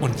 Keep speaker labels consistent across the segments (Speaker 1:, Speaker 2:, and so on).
Speaker 1: Und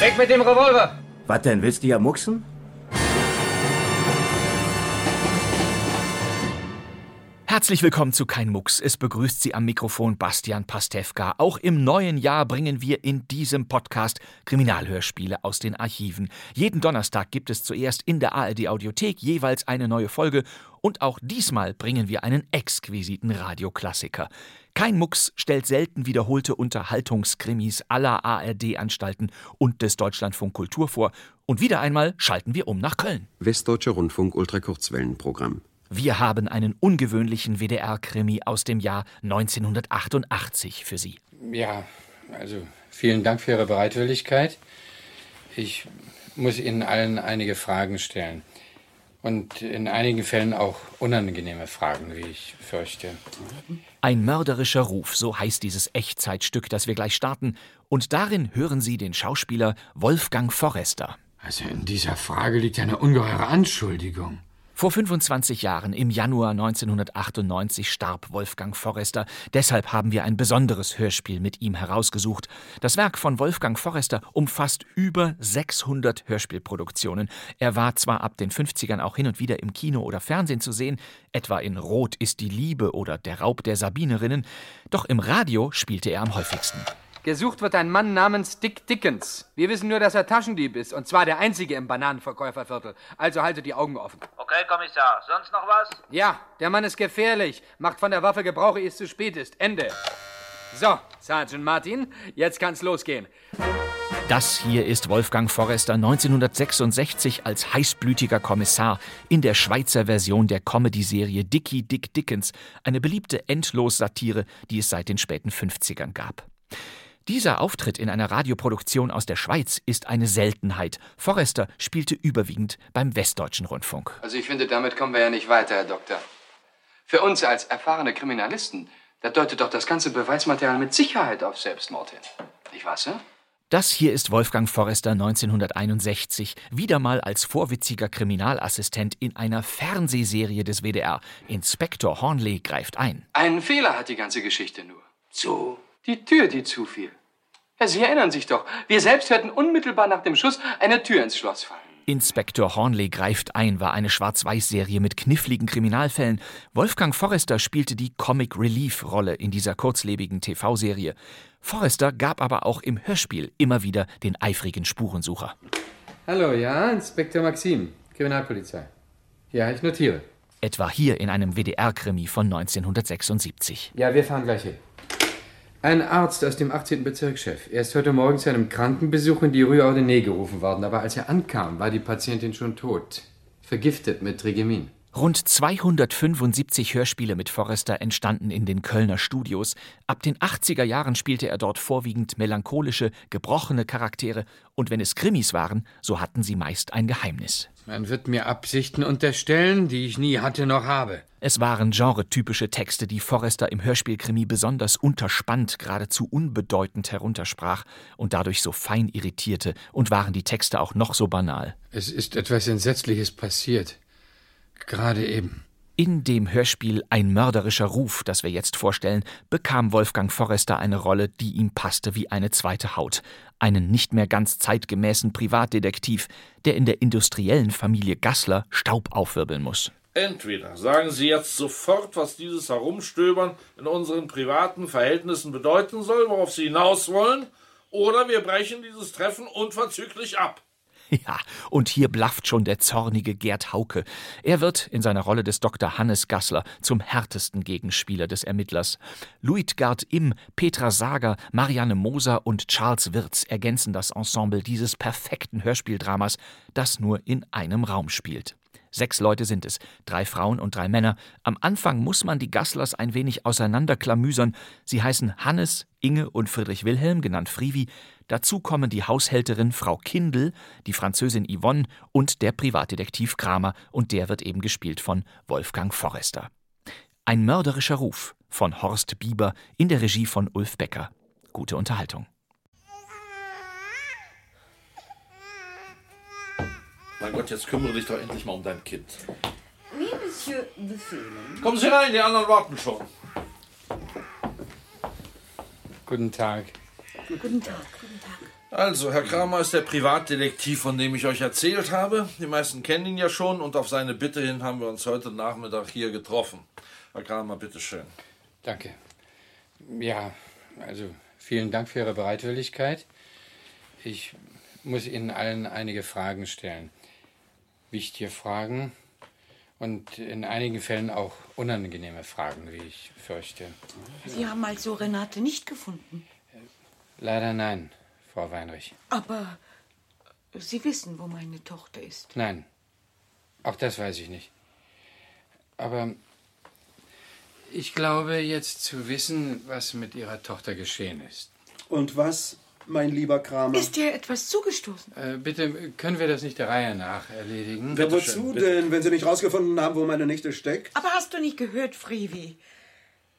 Speaker 2: Weg mit dem Revolver!
Speaker 3: Was denn, willst du ja mucksen?
Speaker 4: Herzlich willkommen zu Kein Mucks. Es begrüßt Sie am Mikrofon Bastian Pastewka. Auch im neuen Jahr bringen wir in diesem Podcast Kriminalhörspiele aus den Archiven. Jeden Donnerstag gibt es zuerst in der ARD Audiothek jeweils eine neue Folge und auch diesmal bringen wir einen exquisiten Radioklassiker. Kein Mucks stellt selten wiederholte Unterhaltungskrimis aller ARD-Anstalten und des Deutschlandfunk Kultur vor. Und wieder einmal schalten wir um nach Köln.
Speaker 5: Westdeutscher Rundfunk Ultrakurzwellenprogramm.
Speaker 4: Wir haben einen ungewöhnlichen WDR-Krimi aus dem Jahr 1988 für Sie.
Speaker 6: Ja, also vielen Dank für Ihre Bereitwilligkeit. Ich muss Ihnen allen einige Fragen stellen. Und in einigen Fällen auch unangenehme Fragen, wie ich fürchte.
Speaker 4: Ein mörderischer Ruf, so heißt dieses Echtzeitstück, das wir gleich starten. Und darin hören Sie den Schauspieler Wolfgang Forrester.
Speaker 6: Also in dieser Frage liegt ja eine ungeheure Anschuldigung.
Speaker 4: Vor 25 Jahren, im Januar 1998, starb Wolfgang Forrester. Deshalb haben wir ein besonderes Hörspiel mit ihm herausgesucht. Das Werk von Wolfgang Forrester umfasst über 600 Hörspielproduktionen. Er war zwar ab den 50ern auch hin und wieder im Kino oder Fernsehen zu sehen, etwa in Rot ist die Liebe oder Der Raub der Sabinerinnen, doch im Radio spielte er am häufigsten.
Speaker 2: Gesucht wird ein Mann namens Dick Dickens. Wir wissen nur, dass er Taschendieb ist. Und zwar der einzige im Bananenverkäuferviertel. Also halte die Augen offen.
Speaker 7: Okay, Kommissar, sonst noch was?
Speaker 2: Ja, der Mann ist gefährlich. Macht von der Waffe Gebrauch, ehe es zu spät ist. Ende. So, Sergeant Martin, jetzt kann's losgehen.
Speaker 4: Das hier ist Wolfgang Forrester 1966 als heißblütiger Kommissar in der Schweizer Version der Comedy-Serie Dicky Dick Dickens, eine beliebte Endlos-Satire, die es seit den späten 50ern gab. Dieser Auftritt in einer Radioproduktion aus der Schweiz ist eine Seltenheit. Forrester spielte überwiegend beim Westdeutschen Rundfunk.
Speaker 2: Also ich finde, damit kommen wir ja nicht weiter, Herr Doktor. Für uns als erfahrene Kriminalisten, da deutet doch das ganze Beweismaterial mit Sicherheit auf Selbstmord hin. Nicht wahr, Sir?
Speaker 4: Das hier ist Wolfgang Forrester 1961, wieder mal als vorwitziger Kriminalassistent in einer Fernsehserie des WDR. Inspektor Hornley greift ein.
Speaker 2: Einen Fehler hat die ganze Geschichte nur. So, die Tür, die zufiel. Ja, Sie erinnern sich doch, wir selbst hörten unmittelbar nach dem Schuss eine Tür ins Schloss fallen.
Speaker 4: Inspektor Hornley greift ein war eine Schwarz-Weiß-Serie mit kniffligen Kriminalfällen. Wolfgang Forrester spielte die Comic Relief-Rolle in dieser kurzlebigen TV-Serie. Forrester gab aber auch im Hörspiel immer wieder den eifrigen Spurensucher.
Speaker 6: Hallo, ja, Inspektor Maxim, Kriminalpolizei. Ja, ich notiere.
Speaker 4: Etwa hier in einem WDR-Krimi von 1976.
Speaker 6: Ja, wir fahren gleich hin. Ein Arzt aus dem 18. Bezirkschef. Er ist heute Morgen zu einem Krankenbesuch in die Rue Ordenay gerufen worden, aber als er ankam, war die Patientin schon tot. Vergiftet mit Trigemin.
Speaker 4: Rund 275 Hörspiele mit Forrester entstanden in den Kölner Studios. Ab den 80er Jahren spielte er dort vorwiegend melancholische, gebrochene Charaktere und wenn es Krimis waren, so hatten sie meist ein Geheimnis.
Speaker 6: Man wird mir Absichten unterstellen, die ich nie hatte noch habe.
Speaker 4: Es waren genretypische Texte, die Forrester im Hörspielkrimi besonders unterspannt, geradezu unbedeutend heruntersprach und dadurch so fein irritierte, und waren die Texte auch noch so banal.
Speaker 6: Es ist etwas Entsetzliches passiert. Gerade eben.
Speaker 4: In dem Hörspiel Ein mörderischer Ruf, das wir jetzt vorstellen, bekam Wolfgang Forrester eine Rolle, die ihm passte wie eine zweite Haut. Einen nicht mehr ganz zeitgemäßen Privatdetektiv, der in der industriellen Familie Gassler Staub aufwirbeln muss.
Speaker 8: Entweder sagen Sie jetzt sofort, was dieses Herumstöbern in unseren privaten Verhältnissen bedeuten soll, worauf Sie hinaus wollen, oder wir brechen dieses Treffen unverzüglich ab.
Speaker 4: Ja, und hier blafft schon der zornige Gerd Hauke. Er wird in seiner Rolle des Dr. Hannes Gassler zum härtesten Gegenspieler des Ermittlers. Luitgard Imm, Petra Sager, Marianne Moser und Charles Wirz ergänzen das Ensemble dieses perfekten Hörspieldramas, das nur in einem Raum spielt. Sechs Leute sind es, drei Frauen und drei Männer. Am Anfang muss man die Gasslers ein wenig auseinanderklamüsern. Sie heißen Hannes, Inge und Friedrich Wilhelm, genannt Frivi. Dazu kommen die Haushälterin Frau Kindl, die Französin Yvonne und der Privatdetektiv Kramer, und der wird eben gespielt von Wolfgang Forrester. Ein mörderischer Ruf von Horst Bieber in der Regie von Ulf Becker. Gute Unterhaltung.
Speaker 8: Mein Gott, jetzt kümmere dich doch endlich mal um dein Kind.
Speaker 9: Oui, Monsieur, befehlen.
Speaker 8: Kommen Sie rein, die anderen warten schon.
Speaker 2: Guten Tag.
Speaker 9: Guten Tag. Guten Tag.
Speaker 8: Also, Herr Kramer ist der Privatdetektiv, von dem ich euch erzählt habe. Die meisten kennen ihn ja schon und auf seine Bitte hin haben wir uns heute Nachmittag hier getroffen. Herr Kramer, bitteschön.
Speaker 2: Danke. Ja, also vielen Dank für Ihre Bereitwilligkeit. Ich muss Ihnen allen einige Fragen stellen. Wichtige Fragen und in einigen Fällen auch unangenehme Fragen, wie ich fürchte.
Speaker 9: Sie haben also Renate nicht gefunden.
Speaker 2: Leider nein, Frau Weinrich.
Speaker 9: Aber Sie wissen, wo meine Tochter ist.
Speaker 2: Nein, auch das weiß ich nicht. Aber ich glaube jetzt zu wissen, was mit Ihrer Tochter geschehen ist.
Speaker 10: Und was, mein lieber Kramer?
Speaker 9: Ist dir etwas zugestoßen?
Speaker 2: Äh, bitte, können wir das nicht der Reihe nach erledigen?
Speaker 10: Ja, wozu denn, wenn Sie nicht rausgefunden haben, wo meine Nichte steckt?
Speaker 9: Aber hast du nicht gehört, Frivi?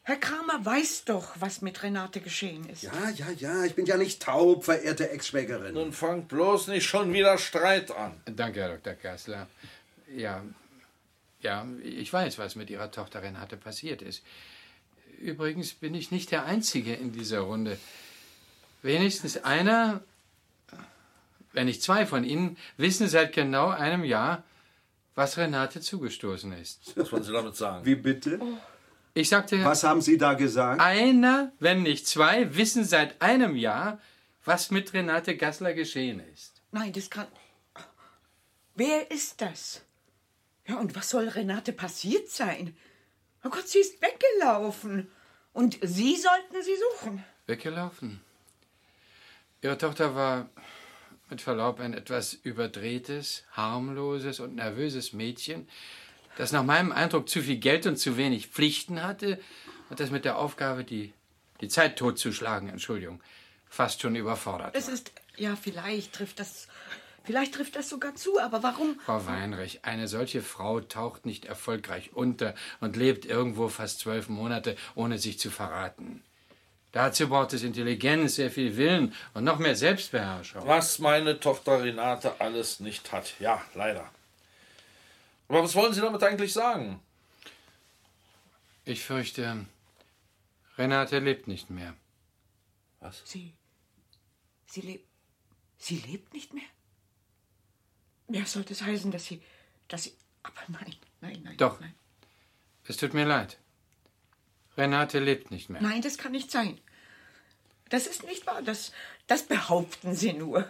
Speaker 9: Herr Kramer weiß doch, was mit Renate geschehen ist.
Speaker 10: Ja, ja, ja, ich bin ja nicht taub, verehrte Ex-Schwägerin.
Speaker 8: Nun fangt bloß nicht schon wieder Streit an.
Speaker 2: Danke, Herr Dr. Kassler. Ja, ja, ich weiß, was mit Ihrer Tochter Renate passiert ist. Übrigens bin ich nicht der Einzige in dieser Runde. Wenigstens einer, wenn nicht zwei von Ihnen, wissen seit genau einem Jahr, was Renate zugestoßen ist.
Speaker 8: Was wollen Sie damit sagen?
Speaker 10: Wie bitte?
Speaker 2: Ich sagte,
Speaker 10: Was haben Sie da gesagt?
Speaker 2: einer, wenn nicht zwei, wissen seit einem Jahr, was mit Renate Gassler geschehen ist.
Speaker 9: Nein, das kann. Wer ist das? Ja, und was soll Renate passiert sein? Oh Gott, sie ist weggelaufen. Und Sie sollten sie suchen.
Speaker 2: Weggelaufen. Ihre Tochter war mit Verlaub ein etwas überdrehtes, harmloses und nervöses Mädchen, das nach meinem Eindruck zu viel Geld und zu wenig Pflichten hatte und das mit der Aufgabe, die, die Zeit totzuschlagen, Entschuldigung, fast schon überfordert.
Speaker 9: Es ist. Ja, vielleicht trifft das. Vielleicht trifft das sogar zu, aber warum?
Speaker 2: Frau Weinrich, eine solche Frau taucht nicht erfolgreich unter und lebt irgendwo fast zwölf Monate, ohne sich zu verraten. Dazu braucht es Intelligenz, sehr viel Willen und noch mehr Selbstbeherrschung.
Speaker 8: Was meine Tochter Renate alles nicht hat. Ja, leider. Aber was wollen Sie damit eigentlich sagen?
Speaker 2: Ich fürchte, Renate lebt nicht mehr.
Speaker 8: Was?
Speaker 9: Sie. Sie lebt. Sie lebt nicht mehr? Ja, soll das heißen, dass sie. dass sie. Aber nein, nein, nein.
Speaker 2: Doch. Es tut mir leid. Renate lebt nicht mehr.
Speaker 9: Nein, das kann nicht sein. Das ist nicht wahr. Das, das behaupten Sie nur.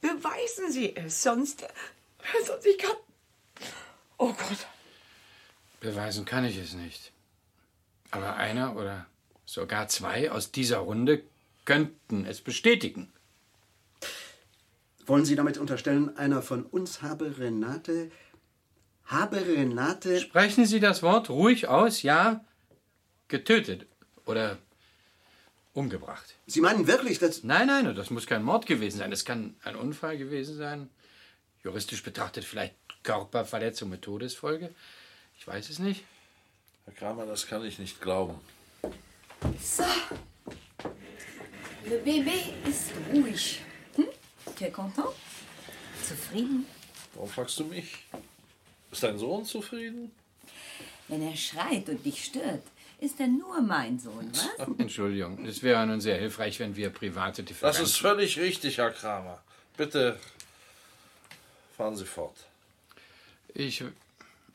Speaker 9: Beweisen Sie es, sonst. sonst ich kann. Oh Gott.
Speaker 2: Beweisen kann ich es nicht. Aber einer oder sogar zwei aus dieser Runde könnten es bestätigen.
Speaker 10: Wollen Sie damit unterstellen, einer von uns habe Renate. habe Renate.
Speaker 2: Sprechen Sie das Wort ruhig aus, ja? Getötet oder umgebracht.
Speaker 10: Sie meinen wirklich, dass.
Speaker 2: Nein, nein, das muss kein Mord gewesen sein. Es kann ein Unfall gewesen sein. Juristisch betrachtet vielleicht Körperverletzung mit Todesfolge. Ich weiß es nicht.
Speaker 8: Herr Kramer, das kann ich nicht glauben.
Speaker 11: So. Le bébé ist ruhig. Hm? Tu es content? Zufrieden?
Speaker 8: Warum fragst du mich? Ist dein Sohn zufrieden?
Speaker 11: Wenn er schreit und dich stört, ist er nur mein Sohn, was?
Speaker 2: Entschuldigung, es wäre nun sehr hilfreich, wenn wir private
Speaker 8: Das
Speaker 2: Differenzen...
Speaker 8: ist völlig richtig, Herr Kramer. Bitte fahren Sie fort.
Speaker 2: Ich,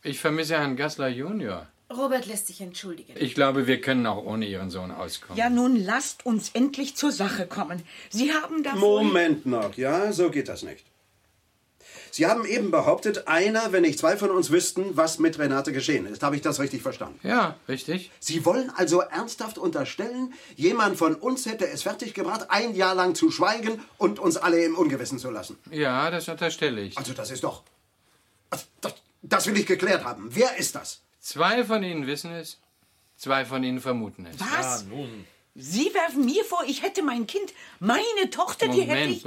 Speaker 2: ich vermisse Herrn Gassler Junior.
Speaker 12: Robert lässt sich entschuldigen.
Speaker 2: Ich glaube, wir können auch ohne Ihren Sohn auskommen.
Speaker 9: Ja, nun lasst uns endlich zur Sache kommen. Sie haben da.
Speaker 10: Moment noch, ja, so geht das nicht. Sie haben eben behauptet, einer, wenn nicht zwei von uns wüssten, was mit Renate geschehen ist. Habe ich das richtig verstanden?
Speaker 2: Ja, richtig.
Speaker 10: Sie wollen also ernsthaft unterstellen, jemand von uns hätte es fertiggebracht, ein Jahr lang zu schweigen und uns alle im Ungewissen zu lassen.
Speaker 2: Ja, das unterstelle ich.
Speaker 10: Also das ist doch. Also Das, das will ich geklärt haben. Wer ist das?
Speaker 2: Zwei von Ihnen wissen es, zwei von Ihnen vermuten es.
Speaker 9: Was?
Speaker 8: Ja, nun.
Speaker 9: Sie werfen mir vor, ich hätte mein Kind, meine Tochter, die hätte ich...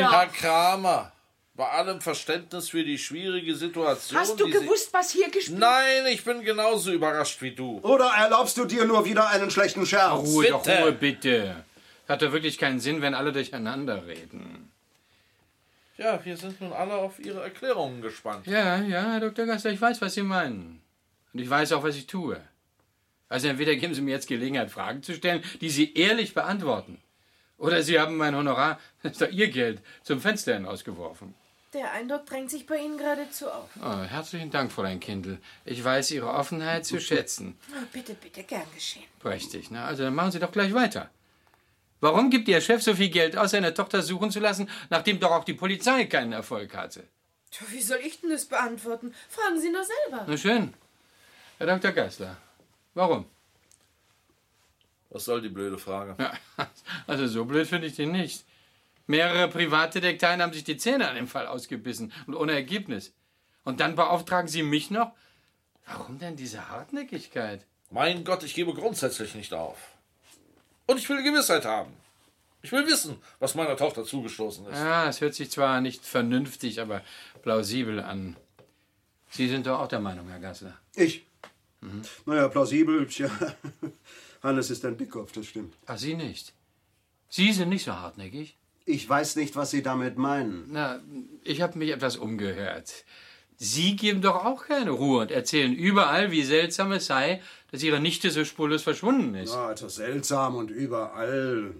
Speaker 8: Herr Kramer, bei allem Verständnis für die schwierige Situation.
Speaker 9: Hast du
Speaker 8: die Sie-
Speaker 9: gewusst, was hier gespielt
Speaker 8: Nein, ich bin genauso überrascht wie du.
Speaker 10: Oder erlaubst du dir nur wieder einen schlechten Scherz?
Speaker 2: Ruhe, doch
Speaker 8: Bitte.
Speaker 2: Ruhe, bitte. Hat doch wirklich keinen Sinn, wenn alle durcheinander reden.
Speaker 8: Ja, wir sind nun alle auf Ihre Erklärungen gespannt.
Speaker 2: Ja, ja, Herr Dr. Gaster, ich weiß, was Sie meinen. Und ich weiß auch, was ich tue. Also entweder geben Sie mir jetzt Gelegenheit, Fragen zu stellen, die Sie ehrlich beantworten. Oder Sie haben mein Honorar, das ist doch Ihr Geld, zum Fenster hinausgeworfen.
Speaker 12: Der Eindruck drängt sich bei Ihnen geradezu auf.
Speaker 2: Oh, herzlichen Dank, Fräulein Kindl. Ich weiß Ihre Offenheit zu schätzen.
Speaker 12: Na, Oh, bitte, bitte, gern geschehen.
Speaker 2: Richtig, na, also dann machen Sie doch gleich weiter. Warum gibt Ihr Chef so viel Geld aus, seine Tochter suchen zu lassen, nachdem doch auch die Polizei keinen Erfolg hatte?
Speaker 12: Tja, wie soll ich denn das beantworten? Fragen Sie nur selber.
Speaker 2: Na schön. Herr Dr. Geisler, warum?
Speaker 8: Was soll die blöde Frage?
Speaker 2: Ja, also so blöd finde ich den nicht. Mehrere Privatdetekteien haben sich die Zähne an dem Fall ausgebissen und ohne Ergebnis. Und dann beauftragen Sie mich noch? Warum denn diese Hartnäckigkeit?
Speaker 8: Mein Gott, ich gebe grundsätzlich nicht auf. Und ich will Gewissheit haben. Ich will wissen, was meiner Tochter zugestoßen ist.
Speaker 2: Ja, es hört sich zwar nicht vernünftig, aber plausibel an. Sie sind doch auch der Meinung, Herr Gassler.
Speaker 10: Ich? Naja, plausibel, tja. Hannes ist ein Dickkopf, das stimmt.
Speaker 2: Ach, Sie nicht? Sie sind nicht so hartnäckig?
Speaker 10: Ich weiß nicht, was Sie damit meinen.
Speaker 2: Na, ich habe mich etwas umgehört. Sie geben doch auch keine Ruhe und erzählen überall, wie seltsam es sei, dass Ihre Nichte so spurlos verschwunden ist.
Speaker 10: Ja, etwas Ah, seltsam und überall.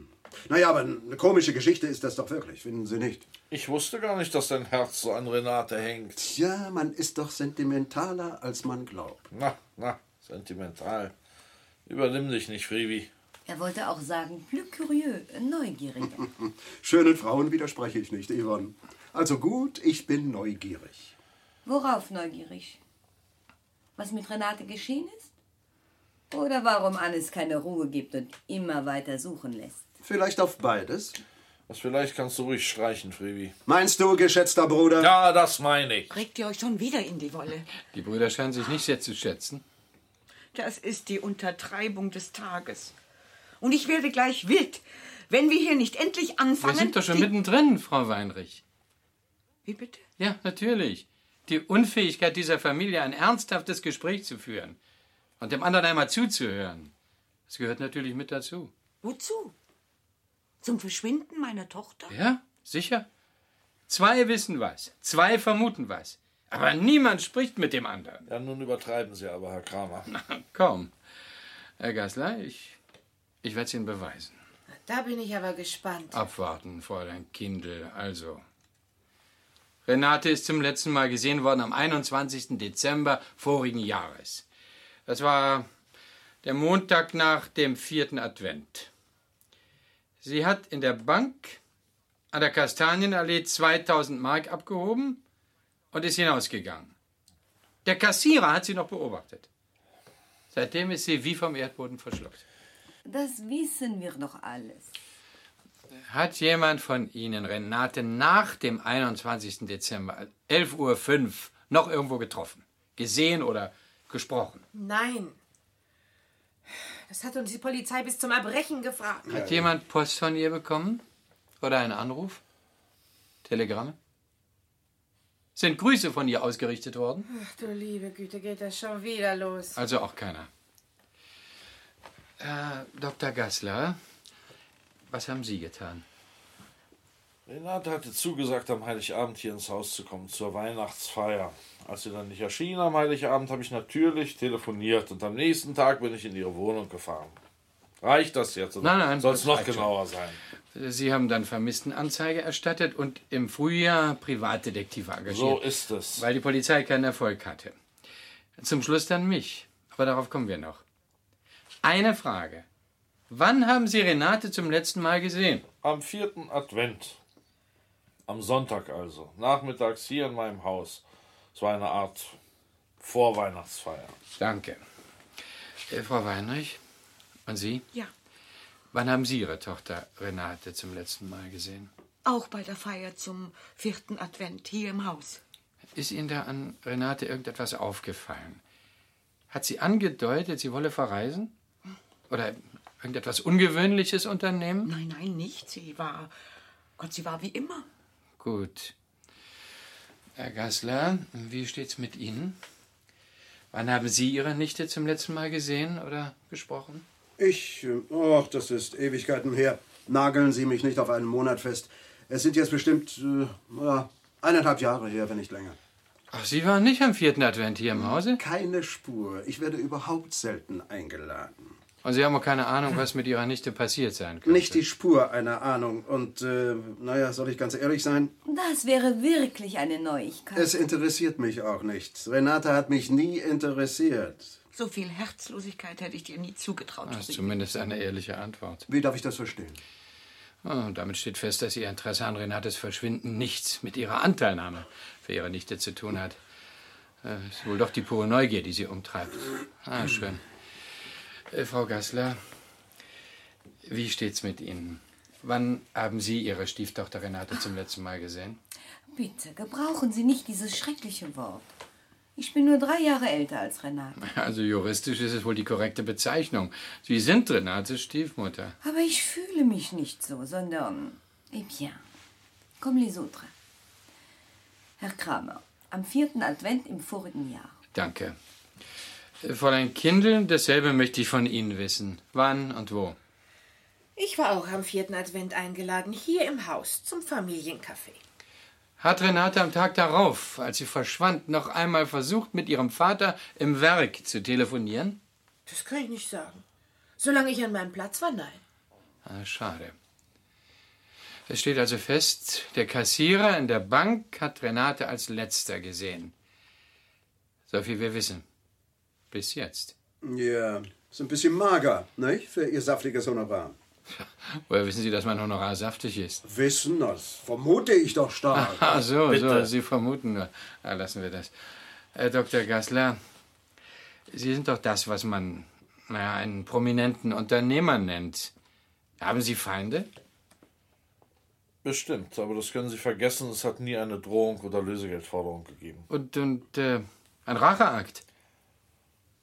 Speaker 10: Naja, aber eine komische Geschichte ist das doch wirklich, finden Sie nicht?
Speaker 8: Ich wusste gar nicht, dass dein Herz so an Renate hängt.
Speaker 10: Tja, man ist doch sentimentaler, als man glaubt.
Speaker 8: Na, na, sentimental. Übernimm dich nicht, Frivi.
Speaker 11: Er wollte auch sagen, plus curieux, neugierig.
Speaker 10: Schönen Frauen widerspreche ich nicht, Yvonne. Also gut, ich bin neugierig.
Speaker 11: Worauf neugierig? Was mit Renate geschehen ist? Oder warum Hannes keine Ruhe gibt und immer weiter suchen lässt?
Speaker 10: Vielleicht auf beides.
Speaker 8: Das vielleicht kannst du ruhig streichen, Frivi.
Speaker 10: Meinst du, geschätzter Bruder?
Speaker 8: Ja, das meine ich.
Speaker 9: Regt ihr euch schon wieder in die Wolle?
Speaker 2: Die Brüder scheinen sich nicht sehr zu schätzen.
Speaker 9: Das ist die Untertreibung des Tages. Und ich werde gleich wild, wenn wir hier nicht endlich anfangen.
Speaker 2: Wir sind doch schon
Speaker 9: die-
Speaker 2: mittendrin, Frau Weinrich.
Speaker 9: Wie bitte?
Speaker 2: Ja, natürlich. Die Unfähigkeit dieser Familie, ein ernsthaftes Gespräch zu führen und dem anderen einmal zuzuhören, das gehört natürlich mit dazu.
Speaker 9: Wozu? Zum Verschwinden meiner Tochter?
Speaker 2: Ja, sicher. Zwei wissen was, zwei vermuten was, aber niemand spricht mit dem anderen.
Speaker 8: Ja, nun übertreiben Sie aber, Herr Kramer.
Speaker 2: Kaum. Herr Gassler, ich, ich werde es Ihnen beweisen.
Speaker 12: Da bin ich aber gespannt.
Speaker 2: Abwarten, Fräulein Kindl. Also. Renate ist zum letzten Mal gesehen worden am 21. Dezember vorigen Jahres. Das war der Montag nach dem vierten Advent. Sie hat in der Bank an der Kastanienallee 2000 Mark abgehoben und ist hinausgegangen. Der Kassierer hat sie noch beobachtet. Seitdem ist sie wie vom Erdboden verschluckt.
Speaker 11: Das wissen wir doch alles.
Speaker 2: Hat jemand von Ihnen Renate nach dem 21. Dezember, 11.05 Uhr, noch irgendwo getroffen, gesehen oder gesprochen?
Speaker 12: Nein. Das hat uns die Polizei bis zum Erbrechen gefragt.
Speaker 2: Hat jemand Post von ihr bekommen? Oder einen Anruf? Telegramme? Sind Grüße von ihr ausgerichtet worden?
Speaker 12: Ach du liebe Güte, geht das schon wieder los.
Speaker 2: Also auch keiner. Äh, Dr. Gassler, was haben Sie getan?
Speaker 8: Renate hatte zugesagt, am Heiligabend hier ins Haus zu kommen, zur Weihnachtsfeier. Als sie dann nicht erschien am Heiligabend, habe ich natürlich telefoniert und am nächsten Tag bin ich in ihre Wohnung gefahren. Reicht das jetzt? oder
Speaker 2: Nein, nein,
Speaker 8: Soll es
Speaker 2: das
Speaker 8: noch
Speaker 2: reicht schon.
Speaker 8: genauer sein?
Speaker 2: Sie haben dann Vermisstenanzeige erstattet und im Frühjahr Privatdetektive engagiert.
Speaker 8: So ist es.
Speaker 2: Weil die Polizei keinen Erfolg hatte. Zum Schluss dann mich. Aber darauf kommen wir noch. Eine Frage. Wann haben Sie Renate zum letzten Mal gesehen?
Speaker 8: Am vierten Advent. Am Sonntag also. Nachmittags hier in meinem Haus. Es war eine Art Vorweihnachtsfeier.
Speaker 2: Danke. Äh, Frau Weinrich, und Sie?
Speaker 9: Ja.
Speaker 2: Wann haben Sie Ihre Tochter Renate zum letzten Mal gesehen?
Speaker 9: Auch bei der Feier zum vierten Advent hier im Haus.
Speaker 2: Ist Ihnen da an Renate irgendetwas aufgefallen? Hat sie angedeutet, sie wolle verreisen? Oder Irgendetwas Ungewöhnliches unternehmen?
Speaker 9: Nein, nein, nicht. Sie war. Gott, sie war wie immer.
Speaker 2: Gut. Herr Gassler, wie steht's mit Ihnen? Wann haben Sie Ihre Nichte zum letzten Mal gesehen oder gesprochen?
Speaker 10: Ich, äh, ach, das ist Ewigkeiten her. Nageln Sie mich nicht auf einen Monat fest. Es sind jetzt bestimmt äh, ja, eineinhalb Jahre her, wenn nicht länger.
Speaker 2: Ach, Sie waren nicht am vierten Advent hier im Hause?
Speaker 10: Keine Spur. Ich werde überhaupt selten eingeladen.
Speaker 2: Und Sie haben auch keine Ahnung, was mit Ihrer Nichte passiert sein könnte.
Speaker 10: Nicht die Spur einer Ahnung. Und, äh, naja, soll ich ganz ehrlich sein?
Speaker 11: Das wäre wirklich eine Neuigkeit.
Speaker 10: Es interessiert mich auch nicht. Renate hat mich nie interessiert.
Speaker 9: So viel Herzlosigkeit hätte ich dir nie zugetraut.
Speaker 2: Das ist
Speaker 9: Fried.
Speaker 2: zumindest eine ehrliche Antwort.
Speaker 10: Wie darf ich das verstehen?
Speaker 2: Und Ah, damit steht fest, dass Ihr Interesse an Renates Verschwinden nichts mit Ihrer Anteilnahme für Ihre Nichte zu tun hat. Äh, ist wohl doch die pure Neugier, die Sie umtreibt. Ah, schön. Äh, Frau Gassler, wie steht's mit Ihnen? Wann haben Sie Ihre Stieftochter Renate zum letzten Mal gesehen?
Speaker 11: Bitte, gebrauchen Sie nicht dieses schreckliche Wort. Ich bin nur drei Jahre älter als Renate.
Speaker 2: Also juristisch ist es wohl die korrekte Bezeichnung. Sie sind Renates Stiefmutter.
Speaker 11: Aber ich fühle mich nicht so, sondern. Eh bien, comme les autres. Herr Kramer, am vierten Advent im vorigen Jahr.
Speaker 2: Danke. Äh, Fräulein Kindl, dasselbe möchte ich von Ihnen wissen. Wann und wo?
Speaker 12: Ich war auch am vierten Advent eingeladen, hier im Haus zum Familiencafé.
Speaker 2: Hat Renate am Tag darauf, als sie verschwand, noch einmal versucht, mit ihrem Vater im Werk zu telefonieren?
Speaker 12: Das kann ich nicht sagen. Solange ich an meinem Platz war, nein.
Speaker 2: Ah, schade. Es steht also fest, der Kassierer in der Bank hat Renate als letzter gesehen. So viel wir wissen. Bis jetzt.
Speaker 10: Ja, ist ein bisschen mager, nicht? Für Ihr saftiges Honorar.
Speaker 2: Woher wissen Sie, dass mein Honorar saftig ist?
Speaker 10: Wissen das? Vermute ich doch stark.
Speaker 2: Ah, so, so,
Speaker 10: Bitte.
Speaker 2: Sie vermuten nur. Ah, lassen wir das. Herr Dr. Gassler, Sie sind doch das, was man naja, einen prominenten Unternehmer nennt. Haben Sie Feinde?
Speaker 8: Bestimmt, aber das können Sie vergessen, es hat nie eine Drohung oder Lösegeldforderung gegeben.
Speaker 2: Und, und äh, ein Racheakt?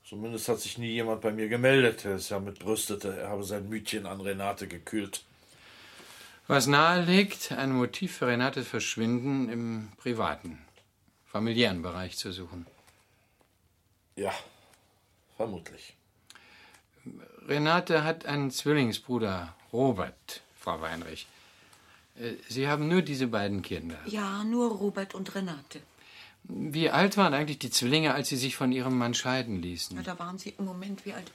Speaker 8: Zumindest hat sich nie jemand bei mir gemeldet, der es ja mitbrüstete, er habe sein Mütchen an Renate gekühlt.
Speaker 2: Was nahelegt, ein Motiv für Renates Verschwinden im privaten, familiären Bereich zu suchen.
Speaker 8: Ja, vermutlich.
Speaker 2: Renate hat einen Zwillingsbruder, Robert, Frau Weinrich. Äh, Sie haben nur diese beiden Kinder.
Speaker 9: Ja, nur Robert und Renate.
Speaker 2: Wie alt waren eigentlich die Zwillinge, als sie sich von ihrem Mann scheiden
Speaker 9: Ja,
Speaker 2: ließen?
Speaker 9: da waren sie im Moment wie alt?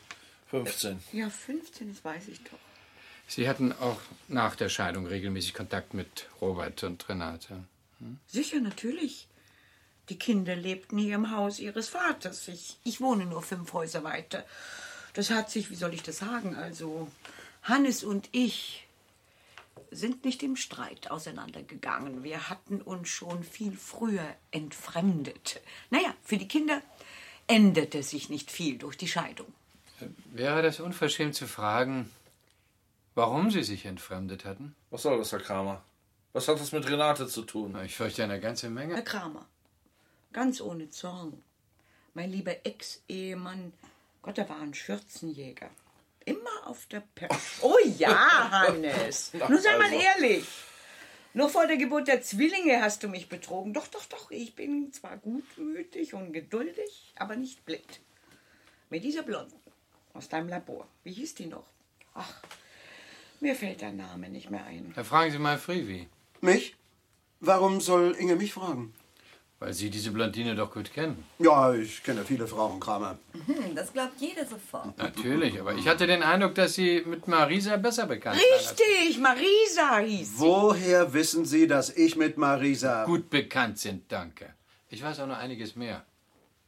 Speaker 2: 15.
Speaker 9: Ja, 15, das weiß ich doch.
Speaker 2: Sie hatten auch nach der Scheidung regelmäßig Kontakt mit Robert und Renate.
Speaker 9: Sicher, natürlich. Die Kinder lebten hier im Haus ihres Vaters. Äh, Ich, ich wohne nur fünf Häuser weiter. Das hat sich, wie soll ich das sagen, also Hannes und ich sind nicht im Streit auseinandergegangen. Wir hatten uns schon viel früher entfremdet. Naja, für die Kinder änderte sich nicht viel durch die Scheidung.
Speaker 2: Wäre das unverschämt zu fragen, warum sie sich entfremdet hatten?
Speaker 8: Was soll das, Herr Kramer? Was hat das mit Renate zu tun?
Speaker 2: Ich fürchte eine ganze Menge.
Speaker 9: Herr Kramer, ganz ohne Zorn. Mein lieber Ex-Ehemann, Gott, er war ein Schürzenjäger. Immer auf der Perche. Oh ja, Hannes. Nun sei mal
Speaker 12: Also.
Speaker 9: ehrlich. Noch vor der Geburt der Zwillinge hast du mich betrogen. Doch, doch, doch. Ich bin zwar gutmütig und geduldig, aber nicht blind. Mit dieser Blonden aus deinem Labor. Wie hieß die noch? Ach, mir fällt der Name nicht mehr ein.
Speaker 2: Da fragen Sie mal Frivi,
Speaker 10: Mich? Warum soll Inge mich fragen?
Speaker 2: weil Sie diese Blondine doch gut kennen.
Speaker 10: Ja, ich kenne viele Frauen, Kramer.
Speaker 11: Hm, das glaubt jeder sofort.
Speaker 2: Natürlich, aber ich hatte den Eindruck, dass Sie mit Marisa besser bekannt waren.
Speaker 9: Richtig, Marisa hieß.
Speaker 10: Woher wissen Sie, dass ich mit Marisa...
Speaker 2: Gut bekannt sind, danke. Ich weiß auch noch einiges mehr.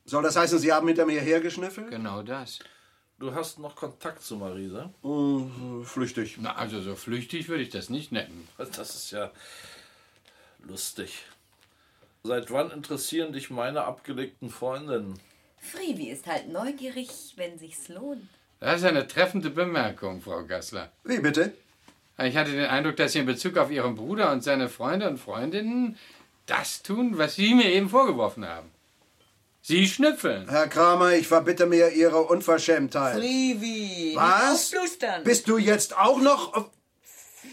Speaker 10: Soll das heißen, Sie haben hinter mir hergeschnüffelt?
Speaker 2: Genau das.
Speaker 8: Du hast noch Kontakt zu Marisa?
Speaker 10: Genau. Oh, flüchtig.
Speaker 2: Na, also so flüchtig würde ich das nicht nennen.
Speaker 8: Das ist ja lustig. Seit wann interessieren dich meine abgelegten Freundinnen?
Speaker 11: Frivi ist halt neugierig, wenn sich's lohnt.
Speaker 2: Das ist eine treffende Bemerkung, Frau Gassler.
Speaker 10: Wie bitte?
Speaker 2: Ich hatte den Eindruck, dass Sie in Bezug auf Ihren Bruder und seine Freunde und Freundinnen das tun, was Sie mir eben vorgeworfen haben. Sie schnüffeln.
Speaker 10: Herr Kramer, ich verbitte mir Ihre Unverschämtheit.
Speaker 9: Levi.
Speaker 10: Was?
Speaker 9: nicht Aufblustern.
Speaker 10: Bist du jetzt auch noch... auf-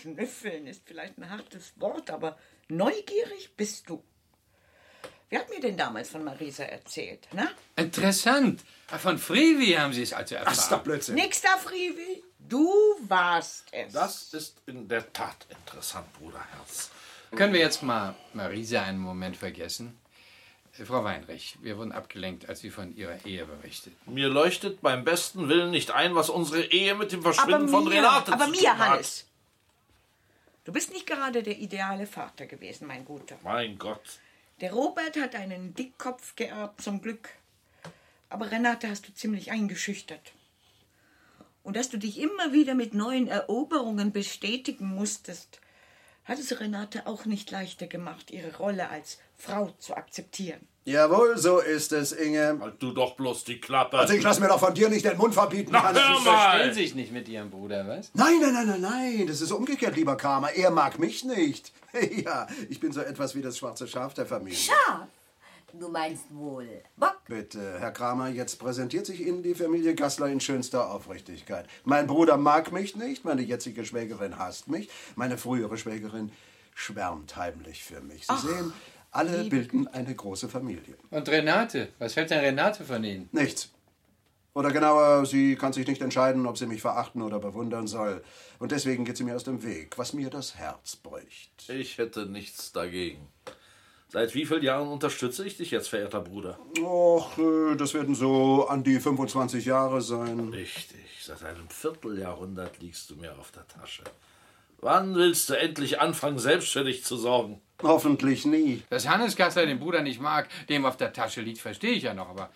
Speaker 9: Schnüffeln ist vielleicht ein hartes Wort, aber neugierig bist du. Wer hat mir denn damals von Marisa erzählt, ne?
Speaker 2: Interessant. Von Freevi haben Sie es also erfahren. Ach, doch
Speaker 10: Blödsinn.
Speaker 9: Nix da, Friwi. Du warst es.
Speaker 8: Das ist in der Tat interessant, Bruderherz.
Speaker 2: Können wir jetzt mal Marisa einen Moment vergessen? Äh, Frau Weinrich, wir wurden abgelenkt, als Sie von Ihrer Ehe berichteten.
Speaker 8: Mir leuchtet beim besten Willen nicht ein, was unsere Ehe mit dem
Speaker 9: aber
Speaker 8: Verschwinden
Speaker 9: mir,
Speaker 8: von Renate
Speaker 9: aber
Speaker 8: zu
Speaker 9: mir,
Speaker 8: tun hat.
Speaker 9: Hannes. Du bist nicht gerade der ideale Vater gewesen, mein Guter.
Speaker 8: Mein Gott.
Speaker 9: Der Robert hat einen Dickkopf geerbt, zum Glück. Aber Renate hast du ziemlich eingeschüchtert. Und dass du dich immer wieder mit neuen Eroberungen bestätigen musstest, hat es Renate auch nicht leichter gemacht, ihre Rolle als Frau zu akzeptieren.
Speaker 10: Jawohl, so ist es, Inge.
Speaker 8: Halt du doch bloß die Klappe.
Speaker 10: Also ich lass mir doch von dir nicht den Mund verbieten.
Speaker 8: Na,
Speaker 10: Hannes.
Speaker 8: hör
Speaker 2: Sie verstehen sich nicht mit Ihrem Bruder, was?
Speaker 10: Nein, nein, nein, nein, nein, das ist umgekehrt, lieber Kramer. Er mag mich nicht. Ja, ich bin so etwas wie das schwarze Schaf der Familie.
Speaker 11: Schaf. Du meinst wohl Bock?
Speaker 10: Bitte, Herr Kramer, jetzt präsentiert sich Ihnen die Familie Gassler in schönster Aufrichtigkeit. Mein Bruder mag mich nicht, meine jetzige Schwägerin hasst mich, meine frühere Schwägerin schwärmt heimlich für mich. Sie sehen, alle bilden eine große Familie.
Speaker 2: Und Renate, was hält denn Renate von Ihnen?
Speaker 10: Nichts. Oder genauer, sie kann sich nicht entscheiden, ob sie mich verachten oder bewundern soll. Und deswegen geht sie mir aus dem Weg, was mir das Herz bricht.
Speaker 8: Ich hätte nichts dagegen. Seit wie vielen Jahren unterstütze ich dich jetzt, verehrter Bruder?
Speaker 10: Och, äh, das werden so an die 25 Jahre sein.
Speaker 8: Richtig. Seit einem Vierteljahrhundert liegst du mir auf der Tasche. Wann willst du endlich anfangen, selbstständig zu sorgen?
Speaker 10: Hoffentlich nie.
Speaker 2: Dass Hannes Gassler den Bruder nicht mag, dem auf der Tasche liegt, verstehe ich ja noch, aber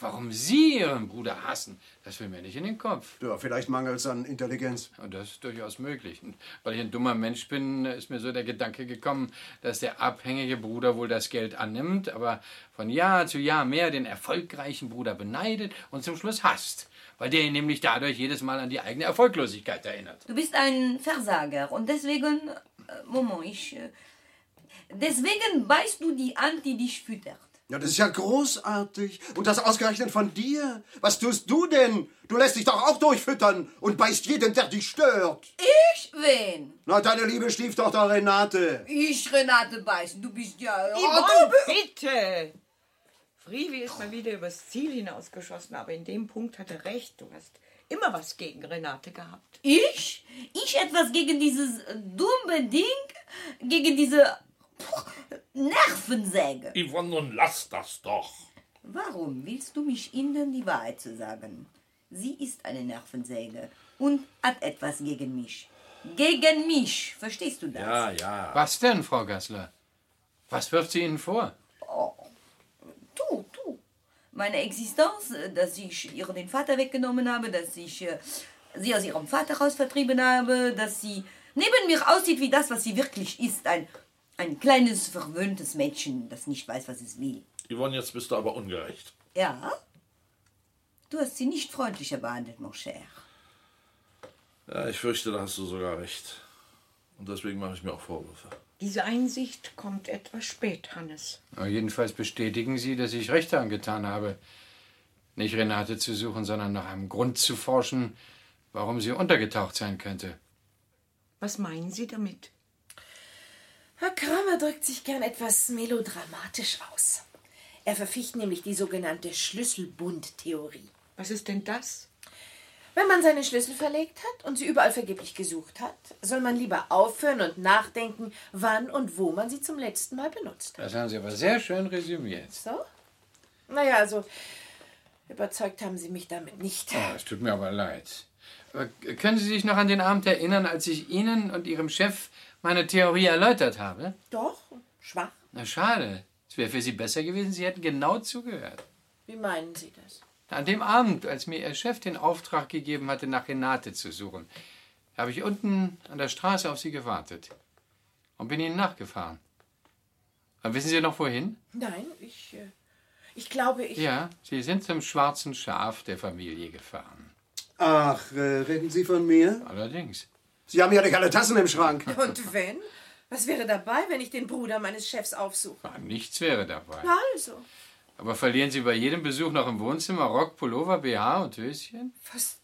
Speaker 2: warum Sie Ihren Bruder hassen, das will mir nicht in den Kopf.
Speaker 10: Ja, vielleicht mangelt es an Intelligenz.
Speaker 2: Und das ist durchaus möglich. Und weil ich ein dummer Mensch bin, ist mir so der Gedanke gekommen, dass der abhängige Bruder wohl das Geld annimmt, aber von Jahr zu Jahr mehr den erfolgreichen Bruder beneidet und zum Schluss hasst, weil der ihn nämlich dadurch jedes Mal an die eigene Erfolglosigkeit erinnert.
Speaker 11: Du bist ein Versager und deswegen, äh, Moment, ich, äh, deswegen beißt du die Hand, die dich füttert.
Speaker 10: Ja, das ist ja großartig. Und das ausgerechnet von dir. Was tust du denn? Du lässt dich doch auch durchfüttern und beißt jeden, der dich stört.
Speaker 11: Ich wen?
Speaker 10: Na, deine liebe Stieftochter Renate.
Speaker 11: Ich Renate beißen, du bist ja...
Speaker 9: Yvonne, bitte! Friwi ist mal wieder übers Ziel hinausgeschossen, aber in dem Punkt hat er recht. Du hast immer was gegen Renate gehabt.
Speaker 11: Ich? Ich etwas gegen dieses äh, dumme Ding? Gegen diese puh, Nervensäge?
Speaker 8: Yvonne, nun lass das doch.
Speaker 11: Warum willst du mich hindern, die Wahrheit zu sagen? Sie ist eine Nervensäge und hat etwas gegen mich. Gegen mich, verstehst du das?
Speaker 8: ja.
Speaker 2: Was denn, Frau Gassler? Was wirft sie Ihnen vor?
Speaker 11: Oh, du, du. Meine Existenz, äh, dass ich ihr den Vater weggenommen habe, dass ich äh, sie aus ihrem Vaterhaus vertrieben habe, dass sie neben mir aussieht wie das, was sie wirklich ist. Ein, ein kleines, verwöhntes Mädchen, das nicht weiß, was es will.
Speaker 8: Yvonne, jetzt bist du aber ungerecht.
Speaker 11: Ja? Du hast sie nicht freundlicher behandelt, mon cher.
Speaker 8: Ja, ich fürchte, da hast du sogar recht. Und deswegen mache ich mir auch Vorwürfe.
Speaker 9: Diese Einsicht kommt etwas spät, Hannes.
Speaker 2: Aber jedenfalls bestätigen Sie, dass ich Recht angetan habe, nicht Renate zu suchen, sondern nach einem Grund zu forschen, warum sie untergetaucht sein könnte.
Speaker 9: Was meinen Sie damit?
Speaker 12: Herr Kramer drückt sich gern etwas melodramatisch aus. Er verficht nämlich die sogenannte Schlüsselbund-Theorie.
Speaker 9: Was ist denn das?
Speaker 12: Wenn man seine Schlüssel verlegt hat und sie überall vergeblich gesucht hat, soll man lieber aufhören und nachdenken, wann und wo man sie zum letzten Mal benutzt hat.
Speaker 2: Das haben Sie aber sehr schön resümiert.
Speaker 12: So? Naja, also überzeugt haben sie mich damit nicht.
Speaker 2: Oh, es tut mir aber leid. Aber können Sie sich noch an den Abend erinnern, als ich Ihnen und Ihrem Chef meine Theorie erläutert habe?
Speaker 12: Doch, schwach.
Speaker 2: Na schade. Es wäre für Sie besser gewesen, Sie hätten genau zugehört.
Speaker 12: Wie meinen Sie das?
Speaker 2: An dem Abend, als mir Ihr Chef den Auftrag gegeben hatte, nach Renate zu suchen, habe ich unten an der Straße auf Sie gewartet und bin Ihnen nachgefahren. Aber wissen Sie noch wohin?
Speaker 12: Nein, ich. äh, Ich glaube, ich.
Speaker 2: Ja, Sie sind zum schwarzen Schaf der Familie gefahren.
Speaker 10: Ach, äh, reden Sie von mir?
Speaker 2: Allerdings.
Speaker 10: Sie haben ja nicht alle Tassen im Schrank.
Speaker 12: Und wenn? Was wäre dabei, wenn ich den Bruder meines Chefs aufsuche?
Speaker 2: Nichts wäre dabei.
Speaker 12: Na also.
Speaker 2: Aber verlieren Sie bei jedem Besuch noch im Wohnzimmer Rock, Pullover, BH und Höschen?
Speaker 12: Was?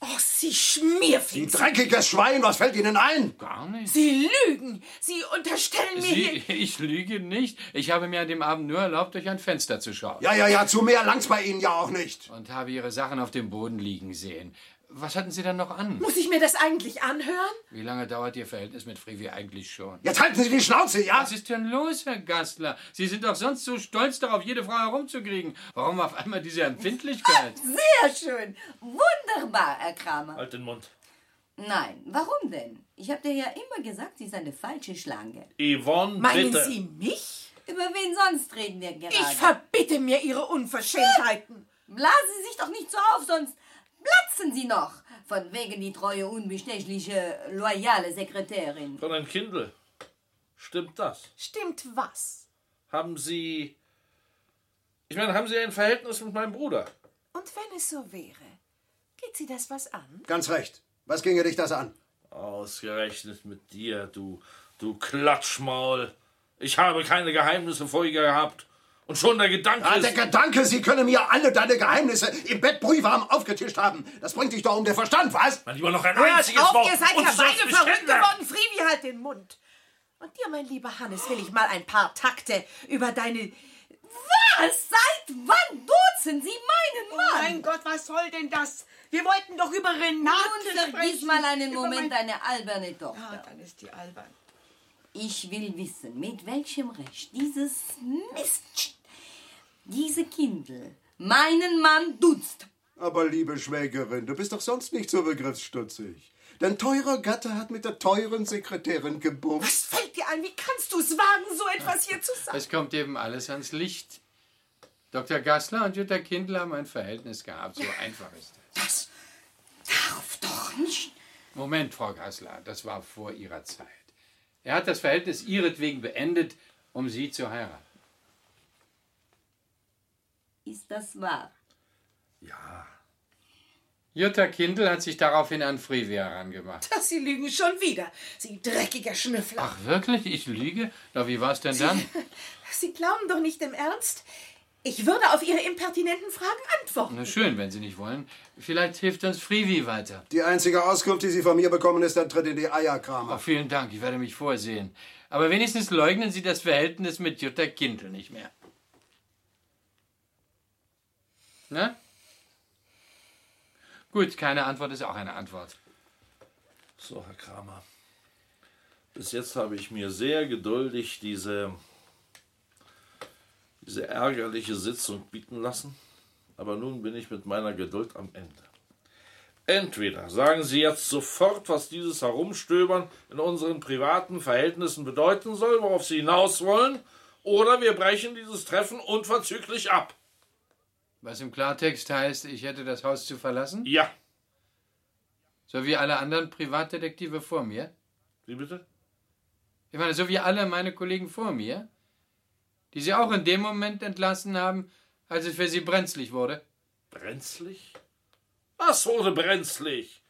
Speaker 12: Oh, Sie Schmierfliegen!
Speaker 10: Sie dreckiges Schwein, was fällt Ihnen ein?
Speaker 2: Gar nicht.
Speaker 12: Sie lügen! Sie unterstellen mir
Speaker 2: Sie,
Speaker 12: hier...
Speaker 2: ich lüge nicht. Ich habe mir an dem Abend nur erlaubt, durch ein Fenster zu schauen.
Speaker 10: Ja, ja, ja, zu mehr langt's bei Ihnen ja auch nicht.
Speaker 2: Und habe Ihre Sachen auf dem Boden liegen sehen. Was hatten Sie dann noch an?
Speaker 12: Muss ich mir das eigentlich anhören?
Speaker 2: Wie lange dauert Ihr Verhältnis mit Frivi eigentlich schon?
Speaker 10: Jetzt halten Sie die Schnauze, ja?
Speaker 2: Was ist denn los, Herr Gastler? Sie sind doch sonst so stolz darauf, jede Frau herumzukriegen. Warum auf einmal diese Empfindlichkeit?
Speaker 11: Sehr schön. Wunderbar, Herr Kramer.
Speaker 8: Halt den Mund.
Speaker 11: Nein, warum denn? Ich habe dir ja immer gesagt, sie ist eine falsche Schlange.
Speaker 8: Yvonne,
Speaker 11: Meinen
Speaker 8: bitte.
Speaker 11: Sie
Speaker 12: mich?
Speaker 11: Über wen sonst reden wir gerade?
Speaker 12: Ich verbitte mir Ihre Unverschämtheiten.
Speaker 11: Blasen Sie sich doch nicht so auf, sonst platzen Sie noch. Von wegen die treue, unbestechliche, loyale Sekretärin.
Speaker 8: Fräulein Kindl, stimmt das?
Speaker 12: Stimmt was?
Speaker 8: Haben Sie... Ich meine, haben Sie ein Verhältnis mit meinem Bruder?
Speaker 12: Und wenn es so wäre, geht Sie das was an?
Speaker 10: Ganz recht. Was ginge dich das an?
Speaker 8: Ausgerechnet mit dir, du, du Klatschmaul. Ich habe keine Geheimnisse vor ihr gehabt. Und schon der Gedanke
Speaker 10: Ah,
Speaker 8: ist...
Speaker 10: der Gedanke, Sie können mir alle deine Geheimnisse im Bett brühwarm aufgetischt haben. Das bringt dich doch um den Verstand, was?
Speaker 8: Mein Lieber, noch ein
Speaker 12: Hört
Speaker 8: einziges
Speaker 12: auf,
Speaker 8: Wort.
Speaker 12: ihr seid
Speaker 8: und
Speaker 12: ja
Speaker 8: du sollst
Speaker 12: beide
Speaker 8: mich
Speaker 12: verrückt
Speaker 8: kennenlernen.
Speaker 12: geworden. Frivi, halt den Mund. Und dir, mein lieber Hannes, will ich mal ein paar Takte über deine...
Speaker 11: Was? Seit wann duzen Sie meinen Mann?
Speaker 9: Oh mein Gott, was soll denn das? Wir wollten doch über Renate
Speaker 11: Nun vergiss
Speaker 9: sprechen.
Speaker 11: mal einen
Speaker 9: Über mein-
Speaker 11: Moment deine alberne Tochter.
Speaker 9: Ja, dann ist die albern.
Speaker 11: Ich will wissen, mit welchem Recht dieses Mist, diese Kindel, meinen Mann duzt.
Speaker 10: Aber liebe Schwägerin, du bist doch sonst nicht so begriffsstutzig. Dein teurer Gatte hat mit der teuren Sekretärin gebumst.
Speaker 12: Fällt dir ein, wie kannst du es wagen, so etwas hier zu sagen?
Speaker 2: Es kommt eben alles ans Licht. Dr. Gassler und Jutta Kindler haben ein Verhältnis gehabt. So einfach ist das.
Speaker 11: Das darf doch nicht.
Speaker 2: Moment, Frau Gassler, das war vor Ihrer Zeit. Er hat das Verhältnis ihretwegen beendet, um Sie zu heiraten.
Speaker 11: Ist das wahr?
Speaker 2: Jutta Kindl hat sich daraufhin an Frivi herangemacht.
Speaker 12: Ach, Sie lügen schon wieder, Sie dreckiger Schnüffler.
Speaker 2: Ach, wirklich? Ich lüge? Na, wie war's denn dann?
Speaker 12: Sie glauben doch nicht im Ernst? Ich würde auf Ihre impertinenten Fragen antworten.
Speaker 2: Na schön, wenn Sie nicht wollen. Vielleicht hilft uns Frivi weiter.
Speaker 10: Die einzige Auskunft, die Sie von mir bekommen, ist der Tritt in die Eier, Kramer.
Speaker 2: Oh, vielen Dank, ich werde mich vorsehen. Aber wenigstens leugnen Sie das Verhältnis mit Jutta Kindl nicht mehr. Na? Ne? Gut, keine Antwort ist auch eine Antwort.
Speaker 8: So, Herr Kramer. Bis jetzt habe ich mir sehr geduldig diese, diese ärgerliche Sitzung bieten lassen. Aber nun bin ich mit meiner Geduld am Ende. Entweder sagen Sie jetzt sofort, was dieses Herumstöbern in unseren privaten Verhältnissen bedeuten soll, worauf Sie hinaus wollen, oder wir brechen dieses Treffen unverzüglich ab.
Speaker 2: Was im Klartext heißt, ich hätte das Haus zu verlassen?
Speaker 8: Ja.
Speaker 2: So wie alle anderen Privatdetektive vor mir?
Speaker 8: Wie bitte?
Speaker 2: Ich meine, so wie alle meine Kollegen vor mir, die sie auch in dem Moment entlassen haben, als es für sie brenzlig wurde.
Speaker 8: Brenzlig? Was wurde brenzlig?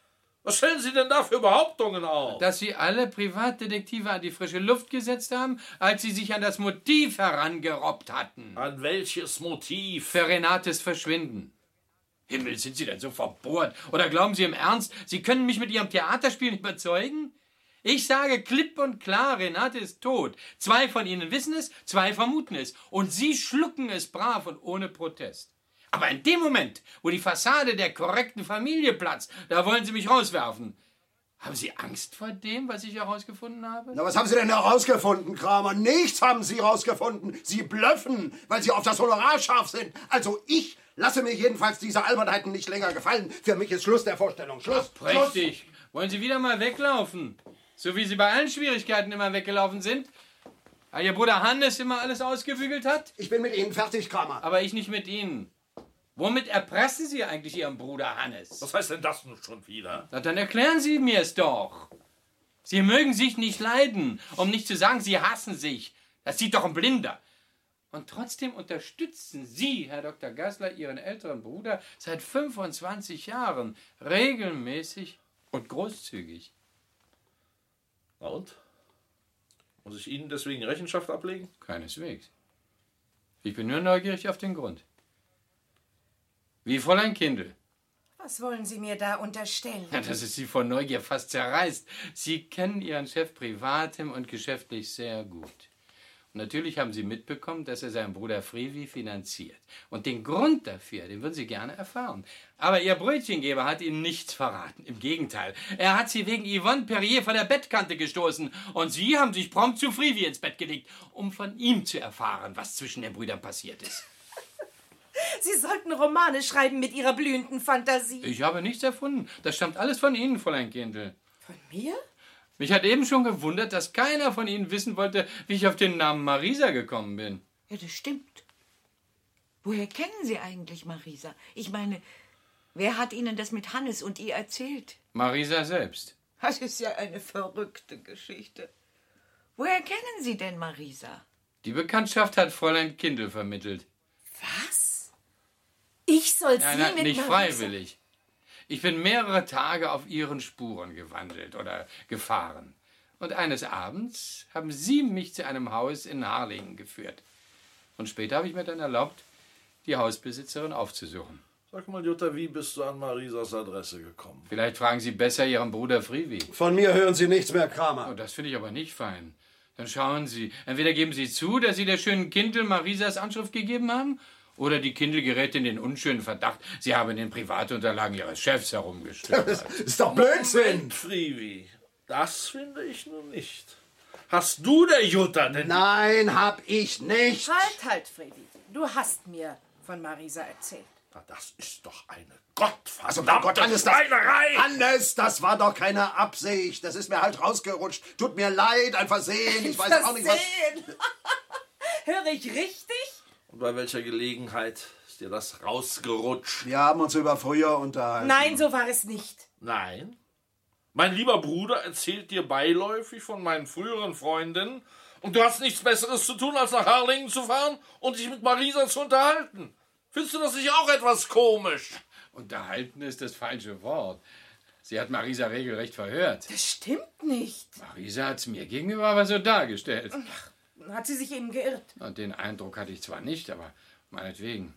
Speaker 8: Was stellen Sie denn da für Behauptungen auf?
Speaker 9: Genau.
Speaker 2: Dass sie alle Privatdetektive an die frische Luft gesetzt haben, als sie sich an das Motiv herangerobbt hatten.
Speaker 8: An welches Motiv?
Speaker 2: Für Renates Verschwinden. Himmel, sind Sie denn so verbohrt? Oder glauben Sie im Ernst, Sie können mich mit Ihrem Theaterspiel überzeugen? Ich sage klipp und klar, Renate ist tot. Zwei von Ihnen wissen es, zwei vermuten es. Und Sie schlucken es brav und ohne Protest. Aber in dem Moment, wo die Fassade der korrekten Familie platzt, da wollen Sie mich rauswerfen. Haben Sie Angst vor dem, was ich herausgefunden habe?
Speaker 10: Na, was haben Sie denn herausgefunden, Kramer? Nichts haben Sie herausgefunden. Sie blöffen, weil Sie auf das Honorar scharf sind. Also ich lasse mir jedenfalls diese Albernheiten nicht länger gefallen. Für mich ist Schluss der Vorstellung. Schluss. Schluss.
Speaker 2: Richtig. Wollen Sie wieder mal weglaufen? So wie Sie bei allen Schwierigkeiten immer weggelaufen sind? Weil Ihr Bruder Hannes immer alles ausgebügelt hat?
Speaker 10: Ich bin mit Ihnen fertig, Kramer.
Speaker 2: Aber ich nicht mit Ihnen. Womit erpressen Sie eigentlich Ihren Bruder Hannes?
Speaker 8: Was heißt denn das nun schon wieder?
Speaker 2: Na, dann erklären Sie mir es doch. Sie mögen sich nicht leiden, um nicht zu sagen, Sie hassen sich. Das sieht doch ein Blinder. Und trotzdem unterstützen Sie, Herr Dr. Gassler, Ihren älteren Bruder seit 25 Jahren regelmäßig und großzügig.
Speaker 8: Na und? Muss ich Ihnen deswegen Rechenschaft ablegen?
Speaker 2: Keineswegs. Ich bin nur neugierig auf den Grund. Wie Fräulein Kindel.
Speaker 13: Was wollen Sie mir da unterstellen?
Speaker 2: Ja, dass es sie vor Neugier fast zerreißt. Sie kennen Ihren Chef privatem und geschäftlich sehr gut. Und natürlich haben Sie mitbekommen, dass er seinen Bruder Frevi finanziert. Und den Grund dafür, den würden Sie gerne erfahren. Aber Ihr Brötchengeber hat Ihnen nichts verraten. Im Gegenteil, er hat Sie wegen Yvonne Perrier von der Bettkante gestoßen. Und Sie haben sich prompt zu Frevi ins Bett gelegt, um von ihm zu erfahren, was zwischen den Brüdern passiert ist.
Speaker 13: Sie sollten Romane schreiben mit Ihrer blühenden Fantasie.
Speaker 2: Ich habe nichts erfunden. Das stammt alles von Ihnen, Fräulein Kindl.
Speaker 13: Von mir?
Speaker 2: Mich hat eben schon gewundert, dass keiner von Ihnen wissen wollte, wie ich auf den Namen Marisa gekommen bin.
Speaker 9: Ja, das stimmt. Woher kennen Sie eigentlich Marisa? Ich meine, wer hat Ihnen das mit Hannes und ihr erzählt?
Speaker 2: Marisa selbst.
Speaker 9: Das ist ja eine verrückte Geschichte. Woher kennen Sie denn Marisa?
Speaker 2: Die Bekanntschaft hat Fräulein Kindl vermittelt.
Speaker 13: Was? Ich soll
Speaker 2: Nein,
Speaker 13: Sie
Speaker 2: nein,
Speaker 13: mit
Speaker 2: nicht
Speaker 13: Marisa-
Speaker 2: freiwillig. Ich bin mehrere Tage auf Ihren Spuren gewandelt oder gefahren. Und eines Abends haben Sie mich zu einem Haus in Harlingen geführt. Und später habe ich mir dann erlaubt, die Hausbesitzerin aufzusuchen.
Speaker 8: Sag mal, Jutta, wie bist du an Marisas Adresse gekommen?
Speaker 2: Vielleicht fragen Sie besser Ihren Bruder Frivi.
Speaker 10: Von mir hören Sie nichts mehr, Kramer.
Speaker 2: Oh, das finde ich aber nicht fein. Dann schauen Sie. Entweder geben Sie zu, dass Sie der schönen Kindel Marisas Anschrift gegeben haben, oder die Kindel gerät in den unschönen Verdacht, Sie haben in den Privatunterlagen Ihres Chefs herumgestöbert.
Speaker 10: ist doch Blödsinn!
Speaker 8: Frivi, das finde ich nun nicht. Hast du der Jutta denn...
Speaker 10: Nein, hab ich nicht.
Speaker 12: Halt, halt, Freddy. Du hast mir von Marisa erzählt.
Speaker 8: das ist doch eine
Speaker 2: um
Speaker 10: Also, mein Gott, Hannes, das,
Speaker 8: Schweinerei!
Speaker 10: Hannes, das war doch keine Absicht. Das ist mir halt rausgerutscht. Tut mir leid, ein Versehen. Ich weiß auch nicht, was...
Speaker 12: Höre ich richtig?
Speaker 8: Und bei welcher Gelegenheit ist dir das rausgerutscht?
Speaker 10: Wir haben uns über früher unterhalten.
Speaker 12: Nein, so war es nicht.
Speaker 8: Nein. Mein lieber Bruder erzählt dir beiläufig von meinen früheren Freundinnen und du hast nichts Besseres zu tun, als nach Harlingen zu fahren und dich mit Marisa zu unterhalten. Findest du das nicht auch etwas komisch?
Speaker 2: Unterhalten ist das falsche Wort. Sie hat Marisa regelrecht verhört.
Speaker 12: Das stimmt nicht.
Speaker 2: Marisa hat es mir gegenüber aber so dargestellt.
Speaker 12: Hat sie sich eben geirrt.
Speaker 2: Und den Eindruck hatte ich zwar nicht, aber meinetwegen.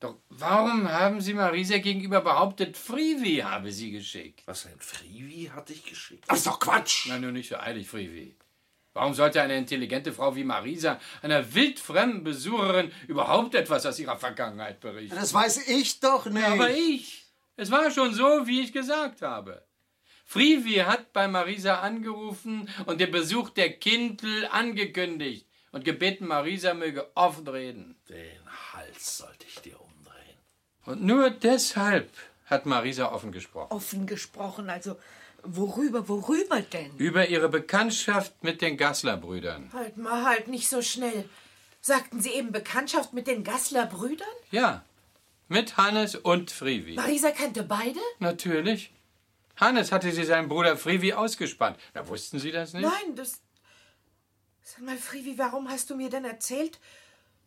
Speaker 2: Doch warum haben Sie Marisa gegenüber behauptet, Frivi habe sie geschickt?
Speaker 8: Was denn? Frivi hat dich geschickt?
Speaker 2: Das ist doch Quatsch! Nein, nur nicht so eilig, Frivi. Warum sollte eine intelligente Frau wie Marisa einer wildfremden Besucherin überhaupt etwas aus ihrer Vergangenheit berichten?
Speaker 10: Das weiß ich doch nicht.
Speaker 2: Ja, aber ich. Es war schon so, wie ich gesagt habe. Frivi hat bei Marisa angerufen und den Besuch der Kindl angekündigt und gebeten, Marisa möge offen reden.
Speaker 8: Den Hals sollte ich dir umdrehen.
Speaker 2: Und nur deshalb hat Marisa offen gesprochen.
Speaker 9: Offen gesprochen, also worüber, worüber denn?
Speaker 2: Über ihre Bekanntschaft mit den Gassler-Brüdern.
Speaker 12: Halt mal, halt nicht so schnell. Sagten Sie eben Bekanntschaft mit den Gassler-Brüdern?
Speaker 2: Ja, mit Hannes und Frivi.
Speaker 12: Marisa kannte beide?
Speaker 2: Natürlich. Hannes hatte sie seinen Bruder Frivi ausgespannt. Na, wussten Sie das nicht?
Speaker 12: Nein, das. Sag mal, Frivi, warum hast du mir denn erzählt,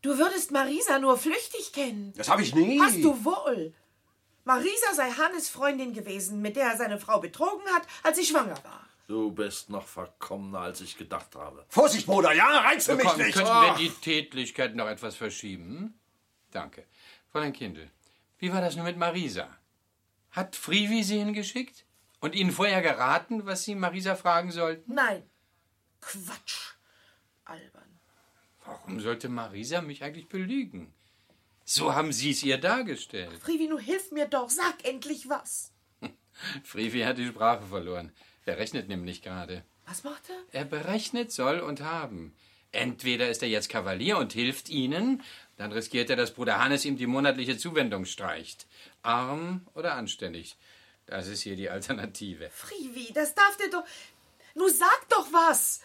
Speaker 12: du würdest Marisa nur flüchtig kennen?
Speaker 10: Das hab ich nie.
Speaker 12: Hast du wohl. Marisa sei Hannes Freundin gewesen, mit der er seine Frau betrogen hat, als sie schwanger war.
Speaker 8: Du bist noch verkommener, als ich gedacht habe.
Speaker 10: Vorsicht, Bruder, ja, reize
Speaker 2: Komm, könnten wir
Speaker 8: Ach.
Speaker 2: die Tätlichkeit noch etwas verschieben? hm? Danke. Fräulein Kindel, wie war das nun mit Marisa? Hat Frivi sie hingeschickt? Und Ihnen vorher geraten, was Sie Marisa fragen sollten?
Speaker 12: Nein. Quatsch. Albern.
Speaker 2: Warum sollte Marisa mich eigentlich belügen? So haben Sie es ihr dargestellt.
Speaker 12: Frivi, nun hilf mir doch, sag endlich was.
Speaker 2: Frivi hat die Sprache verloren. Er rechnet nämlich gerade.
Speaker 12: Was macht er?
Speaker 2: Er berechnet soll und haben. Entweder ist er jetzt Kavalier und hilft ihnen, dann riskiert er, dass Bruder Hannes ihm die monatliche Zuwendung streicht. Arm oder anständig. Das ist hier die Alternative.
Speaker 12: Frivi, das darf der doch. Nun sag doch was.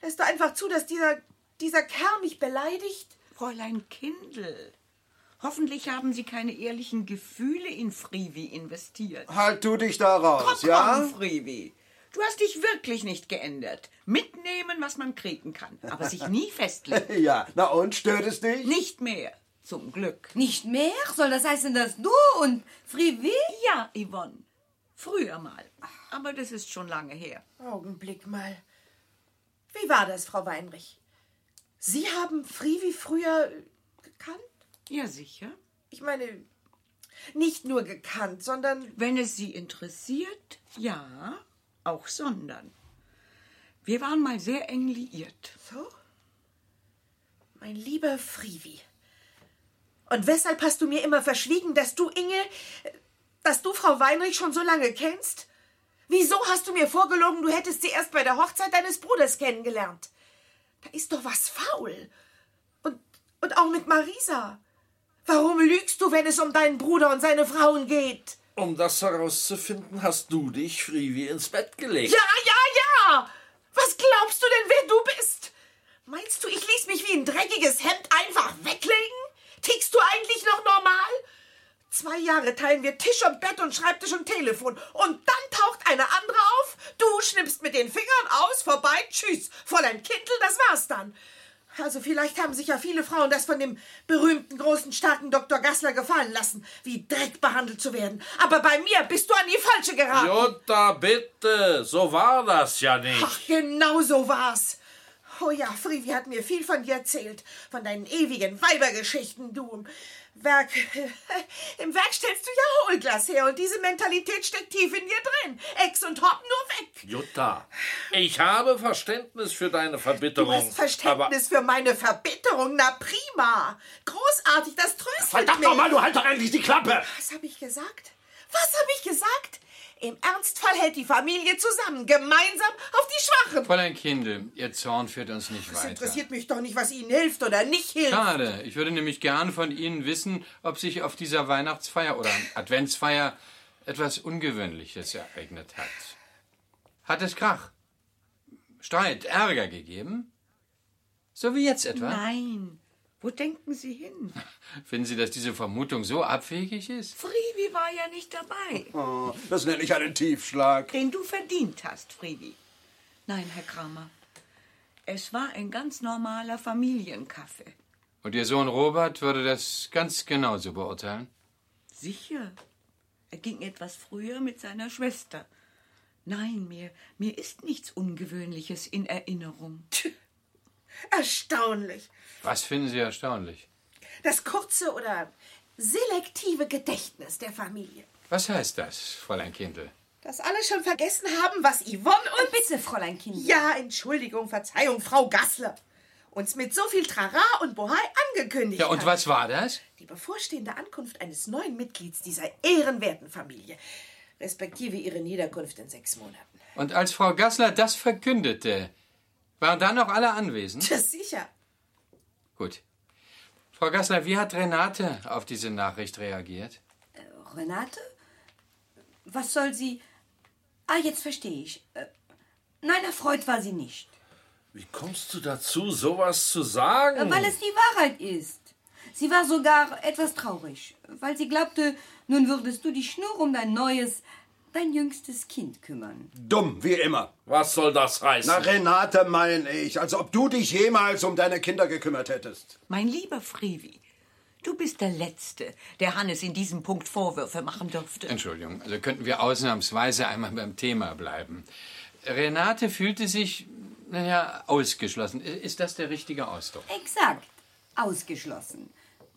Speaker 12: Lässt doch einfach zu, dass dieser, dieser Kerl mich beleidigt?
Speaker 9: Fräulein Kindl. Hoffentlich haben Sie keine ehrlichen Gefühle in Frivi investiert.
Speaker 10: Halt du dich da raus,
Speaker 9: komm,
Speaker 10: ja?
Speaker 9: Komm, Frivi. Du hast dich wirklich nicht geändert. Mitnehmen, was man kriegen kann, aber sich nie festlegen.
Speaker 10: ja, na und, stört es dich?
Speaker 9: Nicht mehr, zum Glück.
Speaker 11: Nicht mehr? Soll das heißen, dass du und Frivi?
Speaker 9: Ja, Yvonne. Früher mal. Aber das ist schon lange her.
Speaker 12: Augenblick mal. Wie war das, Frau Weinrich? Sie haben Frivi früher gekannt?
Speaker 9: Ja, sicher.
Speaker 12: Ich meine, nicht nur gekannt, sondern.
Speaker 9: Wenn es Sie interessiert, ja, auch sondern. Wir waren mal sehr eng liiert.
Speaker 12: So? Mein lieber Frivi. Und weshalb hast du mir immer verschwiegen, dass du Inge, dass du Frau Weinrich schon so lange kennst? Wieso hast du mir vorgelogen, du hättest sie erst bei der Hochzeit deines Bruders kennengelernt? Da ist doch was faul. Und, und auch mit Marisa. Warum lügst du, wenn es um deinen Bruder und seine Frauen geht?
Speaker 8: Um das herauszufinden, hast du dich Frivi ins Bett gelegt.
Speaker 12: Ja, ja, ja! Was glaubst du denn, wer du bist? Meinst du, ich ließ mich wie ein dreckiges Hemd einfach weglegen? Tickst du eigentlich noch normal? Zwei Jahre teilen wir Tisch und Bett und Schreibtisch und Telefon. Und dann taucht eine andere auf. Du schnippst mit den Fingern aus, vorbei, tschüss. Fräulein Kindl, das war's dann. Also vielleicht haben sich ja viele Frauen das von dem berühmten, großen, starken Dr. Gassler gefallen lassen, wie Dreck behandelt zu werden. Aber bei mir bist du an die falsche geraten.
Speaker 8: Jutta, bitte, so war das ja nicht.
Speaker 12: Ach, genau so war's. Oh ja, Frivi hat mir viel von dir erzählt, von deinen ewigen Weibergeschichten, du. Im Werk, im Werk stellst du ja Hohlglas her und diese Mentalität steckt tief in dir drin. Ex und Hopp nur weg.
Speaker 8: Jutta, ich habe Verständnis für deine
Speaker 12: Du
Speaker 8: Verbitterung.
Speaker 12: hast Verständnis für meine Verbitterung, na prima. Großartig, das tröstet
Speaker 14: Verdammt
Speaker 12: mich.
Speaker 14: nochmal, du halt doch endlich die Klappe!
Speaker 12: Was habe ich gesagt? Was habe ich gesagt? Im Ernstfall hält die Familie zusammen, gemeinsam auf die Schwachen.
Speaker 2: Fräulein Kindel, Ihr Zorn führt uns nicht
Speaker 12: Das
Speaker 2: weiter.
Speaker 12: interessiert mich doch nicht, was ihnen hilft oder nicht hilft.
Speaker 2: Schade. Ich würde nämlich gern von Ihnen wissen, ob sich auf dieser Weihnachtsfeier oder Adventsfeier etwas Ungewöhnliches ereignet hat. Hat es Krach, Streit, Ärger gegeben? So wie jetzt etwa?
Speaker 9: Nein. Wo denken Sie hin?
Speaker 2: Finden Sie, dass diese Vermutung so abwegig ist?
Speaker 9: Frivi war ja nicht dabei,
Speaker 10: Oh, das nenne ich einen Tiefschlag.
Speaker 9: den du verdient hast, Frivi. Nein, Herr Kramer. Es war ein ganz normaler Familienkaffee.
Speaker 2: Und Ihr Sohn Robert würde das ganz genauso beurteilen?
Speaker 9: Sicher. Er ging etwas früher mit seiner Schwester. Nein, mir, mir ist nichts Ungewöhnliches in Erinnerung.
Speaker 12: Erstaunlich.
Speaker 2: Was finden Sie erstaunlich?
Speaker 12: Das kurze oder selektive Gedächtnis der Familie.
Speaker 2: Was heißt das, Fräulein Kindel?
Speaker 12: Dass alle schon vergessen haben, was Yvonne und...
Speaker 11: bitte, Fräulein Kind.
Speaker 12: Ja, Entschuldigung, Verzeihung, Frau Gassler. Uns mit so viel Trara und Bohai angekündigt
Speaker 2: Ja, und
Speaker 12: hat.
Speaker 2: was war das?
Speaker 12: Die bevorstehende Ankunft eines neuen Mitglieds dieser ehrenwerten Familie. Respektive ihre Niederkunft in sechs Monaten.
Speaker 2: Und als Frau Gassler das verkündete, waren da noch alle anwesend?
Speaker 12: Tja, sicher.
Speaker 2: Gut. Frau Gassler, wie hat Renate auf diese Nachricht reagiert?
Speaker 11: Renate? Was soll sie. Ah, jetzt verstehe ich. Äh, Nein, erfreut war sie nicht.
Speaker 8: Wie kommst du dazu, sowas zu sagen?
Speaker 11: Weil es die Wahrheit ist. Sie war sogar etwas traurig, weil sie glaubte, nun würdest du dich nur um dein neues, dein jüngstes Kind kümmern.
Speaker 10: Dumm, wie immer.
Speaker 8: Was soll das heißen?
Speaker 10: Na, Renate, meine ich. Als ob du dich jemals um deine Kinder gekümmert hättest.
Speaker 9: Mein lieber Frivi, du bist der Letzte, der Hannes in diesem Punkt Vorwürfe machen dürfte.
Speaker 2: Entschuldigung, also könnten wir ausnahmsweise einmal beim Thema bleiben. Renate fühlte sich, naja, ausgeschlossen. I- Ist das der richtige Ausdruck?
Speaker 11: Exakt. Ausgeschlossen.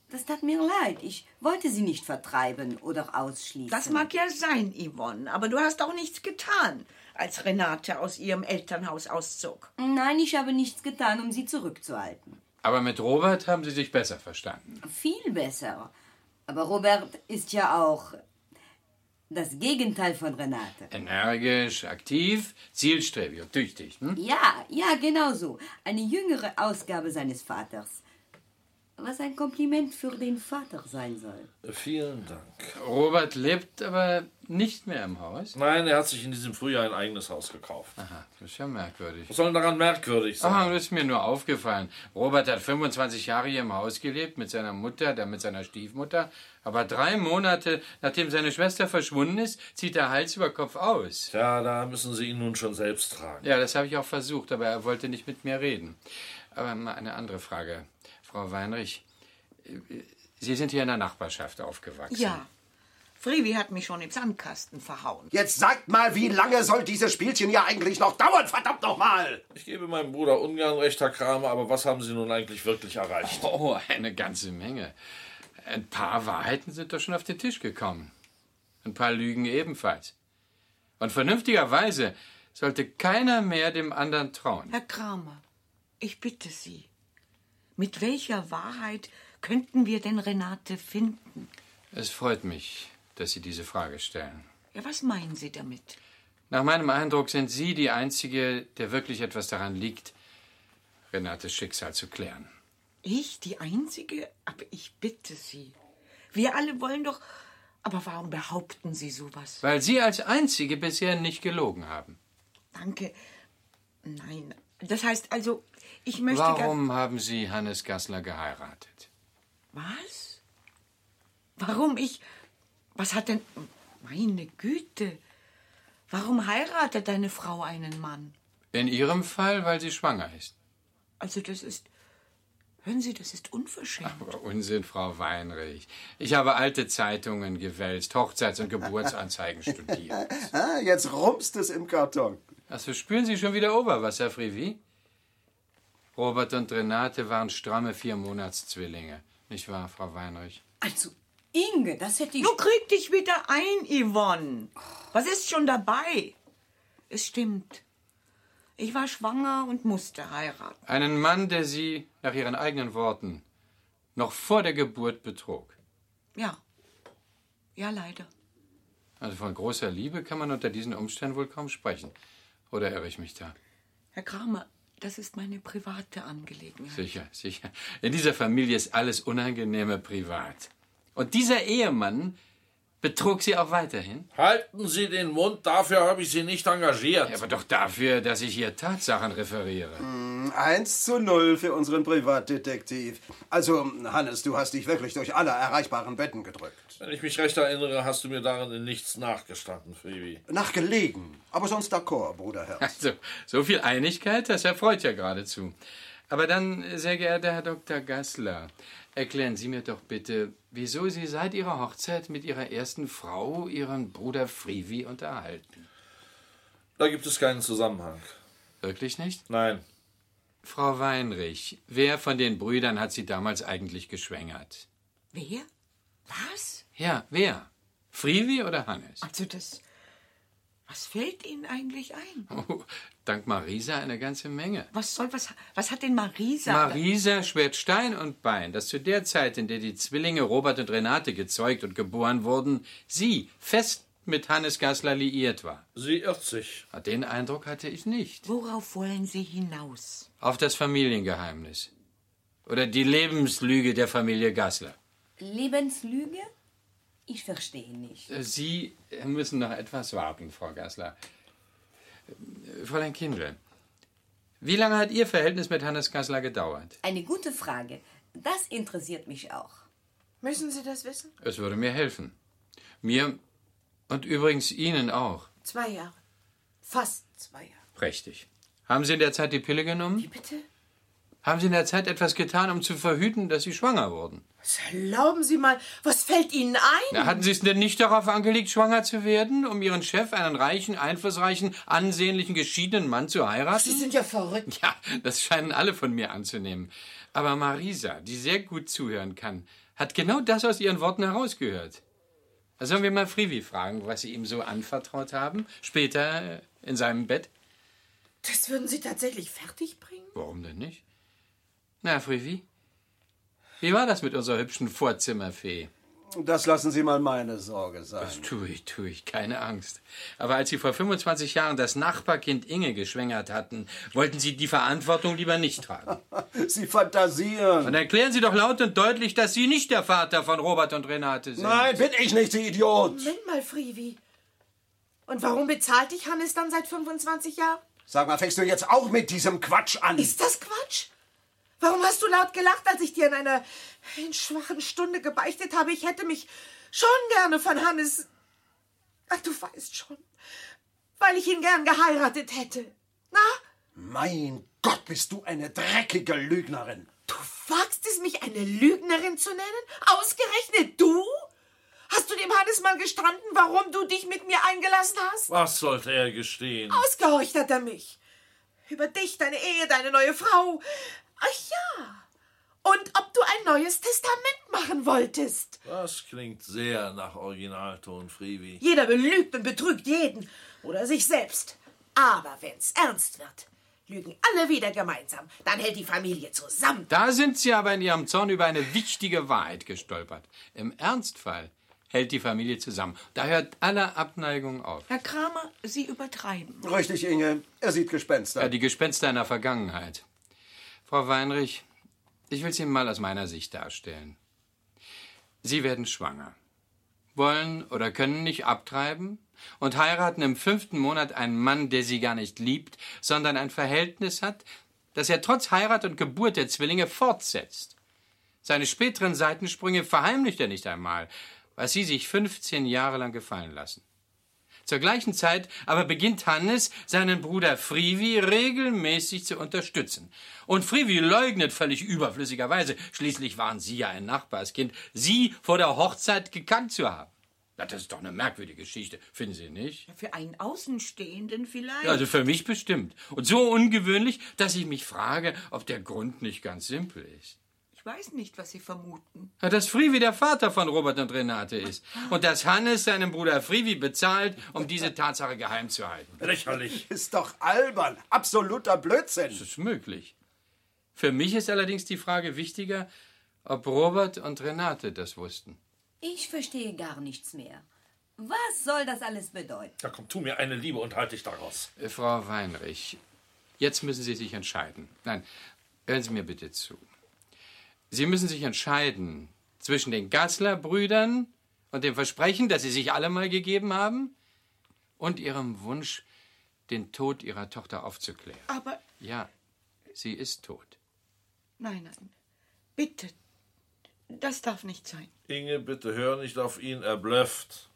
Speaker 11: Das tat mir leid. Ich wollte sie nicht vertreiben oder ausschließen.
Speaker 9: Das mag ja sein, Yvonne, aber du hast auch nichts getan, als Renate aus ihrem Elternhaus auszog.
Speaker 11: Nein, ich habe nichts getan, um sie zurückzuhalten.
Speaker 2: Aber mit Robert haben Sie sich besser verstanden.
Speaker 11: Viel besser. Aber Robert ist ja auch das Gegenteil von Renate.
Speaker 2: Energisch, aktiv, zielstrebig und tüchtig. Hm?
Speaker 11: Ja, ja, genau so. Eine jüngere Ausgabe seines Vaters. Was ein Kompliment für den Vater sein soll.
Speaker 8: Vielen Dank.
Speaker 2: Robert lebt aber nicht mehr im Haus.
Speaker 8: Nein, er hat sich in diesem Frühjahr ein eigenes Haus gekauft.
Speaker 2: Aha, das ist ja merkwürdig.
Speaker 8: Was soll denn daran merkwürdig sein?
Speaker 2: Ah, das ist mir nur aufgefallen. Robert hat 25 Jahre hier im Haus gelebt, mit seiner Mutter, dann mit seiner Stiefmutter. Aber drei Monate, nachdem seine Schwester verschwunden ist, zieht er Hals über Kopf aus.
Speaker 8: Tja, da müssen Sie ihn nun schon selbst tragen.
Speaker 2: Ja, das habe ich auch versucht, aber er wollte nicht mit mir reden. Aber mal eine andere Frage. äh, Frau Weinrich, äh, Sie sind hier in der Nachbarschaft aufgewachsen.
Speaker 9: Ja. Frivi hat mich schon im Sandkasten verhauen.
Speaker 15: Jetzt sagt mal, wie lange soll dieses Spielchen ja eigentlich noch dauern, verdammt nochmal!
Speaker 8: Ich gebe meinem Bruder Ungarn recht, Herr Kramer, aber was haben Sie nun eigentlich wirklich erreicht?
Speaker 2: Oh, eine ganze Menge. Ein paar Wahrheiten sind doch schon auf den Tisch gekommen. Ein paar Lügen ebenfalls. Und vernünftigerweise sollte keiner mehr dem anderen trauen.
Speaker 9: Herr Kramer, ich bitte Sie, mit welcher Wahrheit könnten wir denn Renate finden?
Speaker 2: Es freut mich, dass Sie diese Frage stellen.
Speaker 9: Ja, was meinen Sie damit?
Speaker 2: Nach meinem Eindruck sind Sie die Einzige, der wirklich etwas daran liegt, Renates Schicksal zu klären.
Speaker 9: Ich, die Einzige? Aber ich bitte Sie. Wir alle wollen doch. Aber warum behaupten Sie sowas?
Speaker 2: Weil Sie als Einzige bisher nicht gelogen haben.
Speaker 9: Danke. Nein. Das heißt also, ich möchte. gar-
Speaker 2: Warum haben Sie Hannes Gassler geheiratet?
Speaker 9: Was? Warum ich. Was hat denn. Meine Güte. Warum heiratet eine Frau einen Mann?
Speaker 2: In Ihrem Fall, weil sie schwanger ist.
Speaker 9: Also, das ist. Hören Sie, das ist unverschämt.
Speaker 2: Aber Unsinn, Frau Weinrich. Ich habe alte Zeitungen gewälzt, Hochzeits- und Geburtsanzeigen studiert.
Speaker 10: Ah, jetzt rumpst es im Karton.
Speaker 2: Also spüren Sie schon wieder Oberwasser, Frivi? Robert und Renate waren stramme Viermonatszwillinge. Nicht wahr, Frau Weinrich?
Speaker 9: Also,
Speaker 11: Inge, das hätte ich.
Speaker 9: Du krieg dich wieder ein, Yvonne. Was ist schon dabei? Es stimmt. Ich war schwanger und musste heiraten.
Speaker 2: Einen Mann, der Sie, nach Ihren eigenen Worten, noch vor der Geburt betrog.
Speaker 9: Ja. Ja, leider.
Speaker 2: Also von großer Liebe kann man unter diesen Umständen wohl kaum sprechen. Oder irre ich mich da?
Speaker 9: Herr Kramer, das ist meine private Angelegenheit.
Speaker 2: Sicher, sicher. In dieser Familie ist alles Unangenehme privat. Und dieser Ehemann betrug sie auch weiterhin?
Speaker 8: Halten Sie den Mund, dafür habe ich Sie nicht engagiert.
Speaker 2: aber doch dafür, dass ich hier Tatsachen referiere.
Speaker 10: Hm, 1 zu 0 für unseren Privatdetektiv. Also, Hannes, du hast dich wirklich durch alle erreichbaren Betten gedrückt.
Speaker 8: Wenn ich mich recht erinnere, hast du mir darin in nichts nachgestanden, Phoebe.
Speaker 10: Nachgelegen. Aber sonst d'accord, Bruderherz.
Speaker 2: Also, so viel Einigkeit, das erfreut ja geradezu. Aber dann, sehr geehrter Herr Dr. Gassler, erklären Sie mir doch bitte, wieso Sie seit Ihrer Hochzeit mit Ihrer ersten Frau Ihren Bruder Frivi unterhalten.
Speaker 8: Da gibt es keinen Zusammenhang.
Speaker 2: Wirklich nicht?
Speaker 8: Nein.
Speaker 2: Frau Weinrich, wer von den Brüdern hat Sie damals eigentlich geschwängert?
Speaker 9: Wer? Was?
Speaker 2: Ja, wer? Frivi oder Hannes?
Speaker 9: Also das. Was fällt Ihnen eigentlich ein?
Speaker 2: Oh, dank Marisa eine ganze Menge.
Speaker 9: Was soll was? Was hat denn Marisa?
Speaker 2: Marisa schwert Stein und Bein, dass zu der Zeit, in der die Zwillinge Robert und Renate gezeugt und geboren wurden, sie fest mit Hannes Gassler liiert war. Ah,
Speaker 8: Sie irrt sich.
Speaker 2: Den Eindruck hatte ich nicht.
Speaker 9: Worauf wollen Sie hinaus?
Speaker 2: Auf das Familiengeheimnis. Oder die Lebenslüge der Familie Gassler.
Speaker 11: Lebenslüge? Ich verstehe nicht.
Speaker 2: Sie müssen noch etwas warten, Frau Gassler. Fräulein Kindle, wie lange hat Ihr Verhältnis mit Hannes Gassler gedauert?
Speaker 11: Eine gute Frage. Das interessiert mich auch.
Speaker 12: Müssen Sie das wissen?
Speaker 2: Es würde mir helfen. Mir und übrigens Ihnen auch.
Speaker 12: Zwei Jahre. Fast zwei Jahre.
Speaker 2: Prächtig. Haben Sie in der Zeit die Pille genommen? Wie
Speaker 12: bitte?
Speaker 2: Haben Sie in der Zeit etwas getan, um zu verhüten, dass Sie schwanger wurden?
Speaker 12: Was erlauben Sie mal, was fällt Ihnen ein?
Speaker 2: Na, hatten Sie es denn nicht darauf angelegt, schwanger zu werden, um Ihren Chef, einen reichen, einflussreichen, ansehnlichen, geschiedenen Mann zu heiraten?
Speaker 12: Sie sind ja verrückt.
Speaker 2: Ja, das scheinen alle von mir anzunehmen. Aber Marisa, die sehr gut zuhören kann, hat genau das aus Ihren Worten herausgehört. Sollen wir mal Frivi fragen, was Sie ihm so anvertraut haben? Später äh, in seinem Bett?
Speaker 12: Das würden Sie tatsächlich fertig bringen?
Speaker 2: Warum denn nicht? Na, Frivi, wie war das mit unserer hübschen Vorzimmerfee?
Speaker 10: Das lassen Sie mal meine Sorge sein.
Speaker 2: Das tue ich, tue ich, keine Angst. Aber als Sie vor 25 Jahren das Nachbarkind Inge geschwängert hatten, wollten Sie die Verantwortung lieber nicht tragen.
Speaker 10: Sie fantasieren.
Speaker 2: Dann erklären Sie doch laut und deutlich, dass Sie nicht der Vater von Robert und Renate sind.
Speaker 10: Nein, bin ich nicht, Sie Idiot.
Speaker 12: Moment mal, Frivi. Und warum bezahlt Halt dich Hannes dann seit 25 Jahren?
Speaker 10: Sag mal, fängst du jetzt auch mit diesem Quatsch an?
Speaker 12: Ist das Quatsch? Warum hast du laut gelacht, als ich dir in einer in schwachen Stunde gebeichtet habe? Ich hätte mich schon gerne von Hannes. Ach, du weißt schon. Weil ich ihn gern geheiratet hätte. Na,
Speaker 10: Mein Gott, bist du eine dreckige Lügnerin.
Speaker 12: wagst es mich, eine Lügnerin zu nennen? Ausgerechnet du? Hast Hast du dem Hannes mal gestanden, warum du dich mit mir eingelassen hast?
Speaker 8: Was sollte er gestehen?
Speaker 12: Ausgehorcht hat er mich. Über dich, deine Ehe, deine neue Frau. Ach ja. Und ob du ein neues Testament machen wolltest.
Speaker 8: Das klingt sehr nach Originalton, Frivi.
Speaker 12: Jeder belügt und betrügt jeden oder sich selbst. Aber wenn's ernst wird, lügen alle wieder gemeinsam. Dann hält die Familie zusammen.
Speaker 2: Da sind Sie aber in Ihrem Zorn über eine wichtige Wahrheit gestolpert. Im Ernstfall hält die Familie zusammen. Da hört alle Abneigung auf.
Speaker 9: Herr Kramer, Sie übertreiben.
Speaker 10: Richtig, Inge. Er sieht Gespenster.
Speaker 2: Ja, Äh, die Gespenster einer Vergangenheit. Frau Weinrich, ich will es Ihnen mal aus meiner Sicht darstellen. Sie werden schwanger, wollen oder können nicht abtreiben und heiraten im fünften Monat einen Mann, der Sie gar nicht liebt, sondern ein Verhältnis hat, das er trotz Heirat und Geburt der Zwillinge fortsetzt. Seine späteren Seitensprünge verheimlicht er nicht einmal, was Sie sich 15 Jahre lang gefallen lassen. Zur gleichen Zeit aber beginnt Hannes, seinen Bruder Frivi regelmäßig zu unterstützen. Und Frivi leugnet völlig überflüssigerweise, schließlich waren Sie ja ein Nachbarskind, Sie vor der Hochzeit gekannt zu haben. Na, Das ist doch eine merkwürdige Geschichte, finden Sie nicht?
Speaker 9: Für einen Außenstehenden vielleicht.
Speaker 2: Also für mich bestimmt. Und so ungewöhnlich, dass ich mich frage, ob der Grund nicht ganz simpel ist.
Speaker 9: ich weiß nicht, was Sie vermuten.
Speaker 2: Ja, Dass Frivi der Vater von Robert und Renate ist. Und dass Hannes seinen Bruder Frivi bezahlt, um diese Tatsache geheim zu halten.
Speaker 8: Lächerlich.
Speaker 10: Ist doch albern. Absoluter Blödsinn. Das
Speaker 2: ist möglich. Für mich ist allerdings die Frage wichtiger, ob Robert und Renate das wussten.
Speaker 11: Ich verstehe gar nichts mehr. Was soll das alles bedeuten?
Speaker 8: Da komm, tu mir eine Liebe und halte dich daraus.
Speaker 2: Äh, Frau Weinrich, jetzt müssen Sie sich entscheiden. Nein, hören Sie mir bitte zu. Sie müssen sich entscheiden zwischen den Gassler-Brüdern und dem Versprechen, das Sie sich alle mal gegeben haben, und Ihrem Wunsch, den Tod Ihrer Tochter aufzuklären.
Speaker 9: Aber
Speaker 2: Ja, sie ist tot.
Speaker 9: nein, nein. Bitte. Das darf nicht sein.
Speaker 8: Inge, bitte hör nicht auf ihn, er blöfft.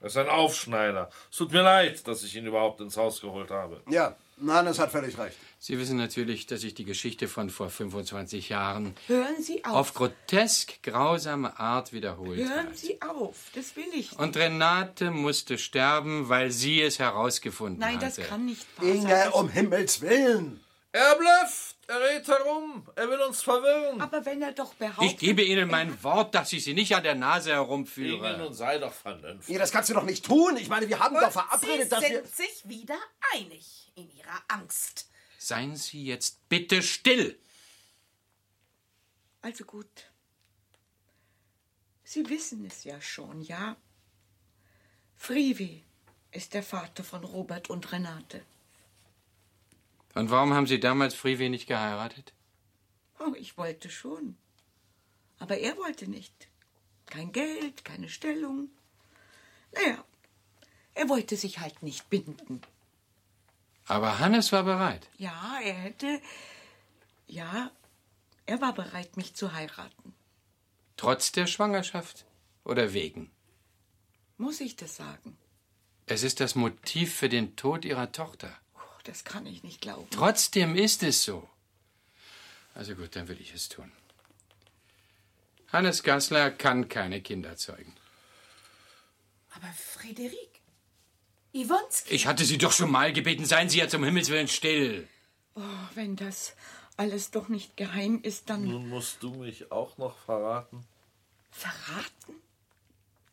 Speaker 8: Er ist ein Aufschneider. Es tut mir leid, dass ich ihn überhaupt ins Haus geholt habe.
Speaker 10: Ja, Hannes hat völlig recht.
Speaker 9: Ah,
Speaker 2: Sie wissen natürlich, dass ich die Geschichte von vor 25 Jahren
Speaker 9: Hören Sie auf.
Speaker 2: auf grotesk grausame Art wiederholt
Speaker 9: Hören Sie auf. Das will ich.
Speaker 2: Und Renate musste sterben, weil sie es herausgefunden
Speaker 9: Nein,
Speaker 2: hatte.
Speaker 9: das kann nicht wahr sein.
Speaker 10: Inge, um Himmels Willen.
Speaker 8: Er blöfft, er redet herum, er will uns
Speaker 10: um-
Speaker 8: verwirren.
Speaker 9: Aber wenn er doch behauptet.
Speaker 2: Ich gebe Ihnen mein Wort, dass ich Sie nicht an der Nase
Speaker 8: Inge,
Speaker 2: herumführe.
Speaker 8: nun sei doch vernünftig.
Speaker 10: Nee, das kannst du doch nicht tun. Ich meine, wir haben doch verabredet,
Speaker 12: Sie
Speaker 10: dass wir...
Speaker 12: sind sich wieder einig in ihrer Angst.
Speaker 2: Seien Sie jetzt bitte still.
Speaker 9: Also gut. Sie wissen es ja schon, ja? Frivi ist der Vater von Robert und Renate.
Speaker 2: Und warum haben Sie damals Frivi nicht geheiratet?
Speaker 9: Oh, ich wollte schon. Aber er wollte nicht. Kein Geld, keine Stellung. Naja, er wollte sich halt nicht binden.
Speaker 2: Aber Hannes war bereit.
Speaker 9: Ja, er hätte. Ja, er war bereit, mich zu heiraten.
Speaker 2: Trotz der Schwangerschaft oder wegen?
Speaker 9: Muss ich das sagen?
Speaker 2: Es ist das Motiv für den Tod Ihrer Tochter.
Speaker 9: Oh, das kann ich nicht glauben.
Speaker 2: Trotzdem ist es so. Also gut, dann will ich es tun. Hannes Gassler kann keine Kinder zeugen.
Speaker 12: Aber Frederik, Yvonski,
Speaker 2: Ich hatte Sie doch schon mal gebeten, seien Sie ja zum Himmels Willen still.
Speaker 9: Oh, wenn das alles doch nicht geheim ist, dann.
Speaker 8: Nun musst du mich auch noch verraten.
Speaker 9: Verraten?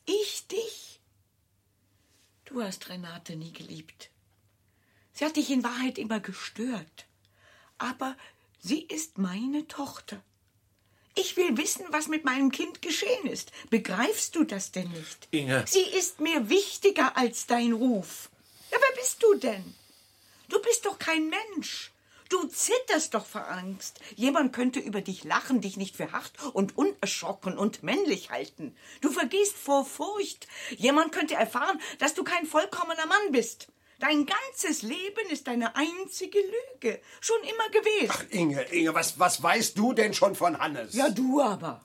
Speaker 9: Ich dich? Du hast Renate nie geliebt. Sie hat dich in Wahrheit immer gestört. Aber sie ist meine Tochter. Ich will wissen, was mit meinem Kind geschehen ist. Begreifst du das denn nicht?
Speaker 8: Inge.
Speaker 9: Sie ist mir wichtiger als dein Ruf. Ja, wer bist du denn? Du bist doch kein Mensch. Du zitterst doch vor Angst. Jemand könnte über dich lachen, dich nicht für hart und unerschrocken und männlich halten. Du vergehst vor Furcht. Jemand könnte erfahren, dass du kein vollkommener Mann bist. Dein ganzes Leben ist deine einzige Lüge. Schon immer gewesen.
Speaker 10: Inge, Inge, was, was weißt du denn schon von Hannes?
Speaker 9: Ja, du aber.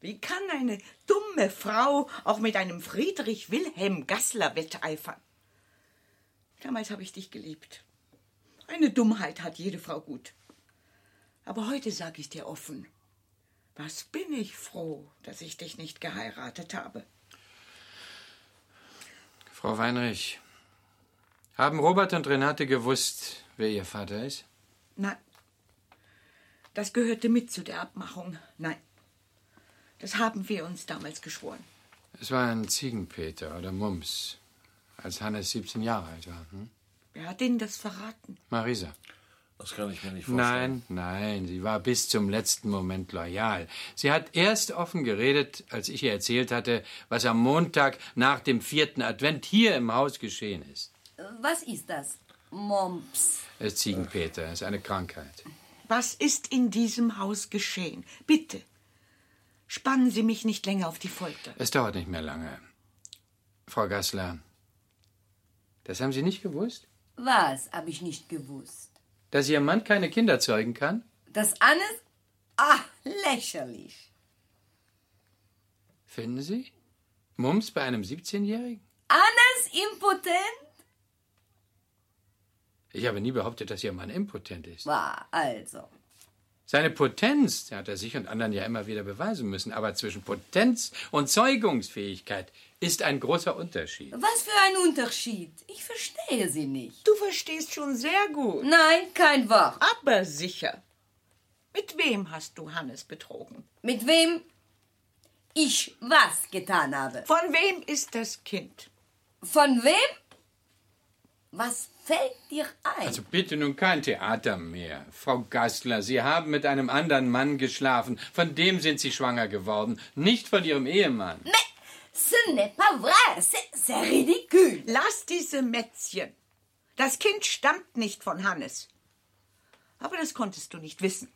Speaker 9: Wie kann eine dumme Frau auch mit einem Friedrich Wilhelm Gassler wetteifern? Damals habe ich dich geliebt. Eine Dummheit hat jede Frau gut. Aber heute sage ich dir offen, was bin ich froh, dass ich dich nicht geheiratet habe.
Speaker 2: Frau Weinrich, haben Robert und Renate gewusst, wer ihr Vater ist?
Speaker 9: Nein. Das gehörte mit zu der Abmachung. Nein. Das haben wir uns damals geschworen.
Speaker 2: Es war ein Ziegenpeter oder Mums, als Hannes 17 Jahre alt war. Hm?
Speaker 9: Wer hat Ihnen das verraten?
Speaker 2: Marisa.
Speaker 8: Das kann ich mir nicht
Speaker 2: Nein,
Speaker 8: vorstellen.
Speaker 2: nein, sie war bis zum letzten Moment loyal. Sie hat erst offen geredet, als ich ihr erzählt hatte, was am Montag nach dem vierten Advent hier im Haus geschehen ist.
Speaker 11: Was ist das? Moms.
Speaker 2: Es ist Ziegenpeter, es ist eine Krankheit.
Speaker 9: Was ist in diesem Haus geschehen? Bitte. Spannen Sie mich nicht länger auf die Folter.
Speaker 2: Es dauert nicht mehr lange. Frau Gassler, das haben Sie nicht gewusst?
Speaker 11: Was habe ich nicht gewusst?
Speaker 2: Dass Ihr Mann keine Kinder zeugen kann?
Speaker 11: Das Annes? Ah, lächerlich.
Speaker 2: Finden Sie? Mums bei einem 17-Jährigen?
Speaker 11: Annes impotent?
Speaker 2: Ich habe nie behauptet, dass Ihr Mann impotent ist.
Speaker 11: War also.
Speaker 2: Seine Potenz hat er sich und anderen ja immer wieder beweisen müssen, aber zwischen Potenz und Zeugungsfähigkeit ist ein großer Unterschied.
Speaker 11: Was für ein Unterschied. Ich verstehe Sie nicht.
Speaker 9: Du verstehst schon sehr gut.
Speaker 11: Nein, kein Wort.
Speaker 9: Aber sicher. Mit wem hast du Hannes betrogen?
Speaker 11: Mit wem ich was getan habe.
Speaker 9: Von wem ist das Kind?
Speaker 11: Von wem? Was fällt dir ein?
Speaker 2: Also bitte nun kein Theater mehr. Frau Gastler, Sie haben mit einem anderen Mann geschlafen. Von dem sind Sie schwanger geworden, nicht von Ihrem Ehemann.
Speaker 11: Ce n'est pas vrai. C'est c'est ridicule.
Speaker 9: Lass diese Mätzchen. Das Kind stammt nicht von Hannes. Aber das konntest du nicht wissen.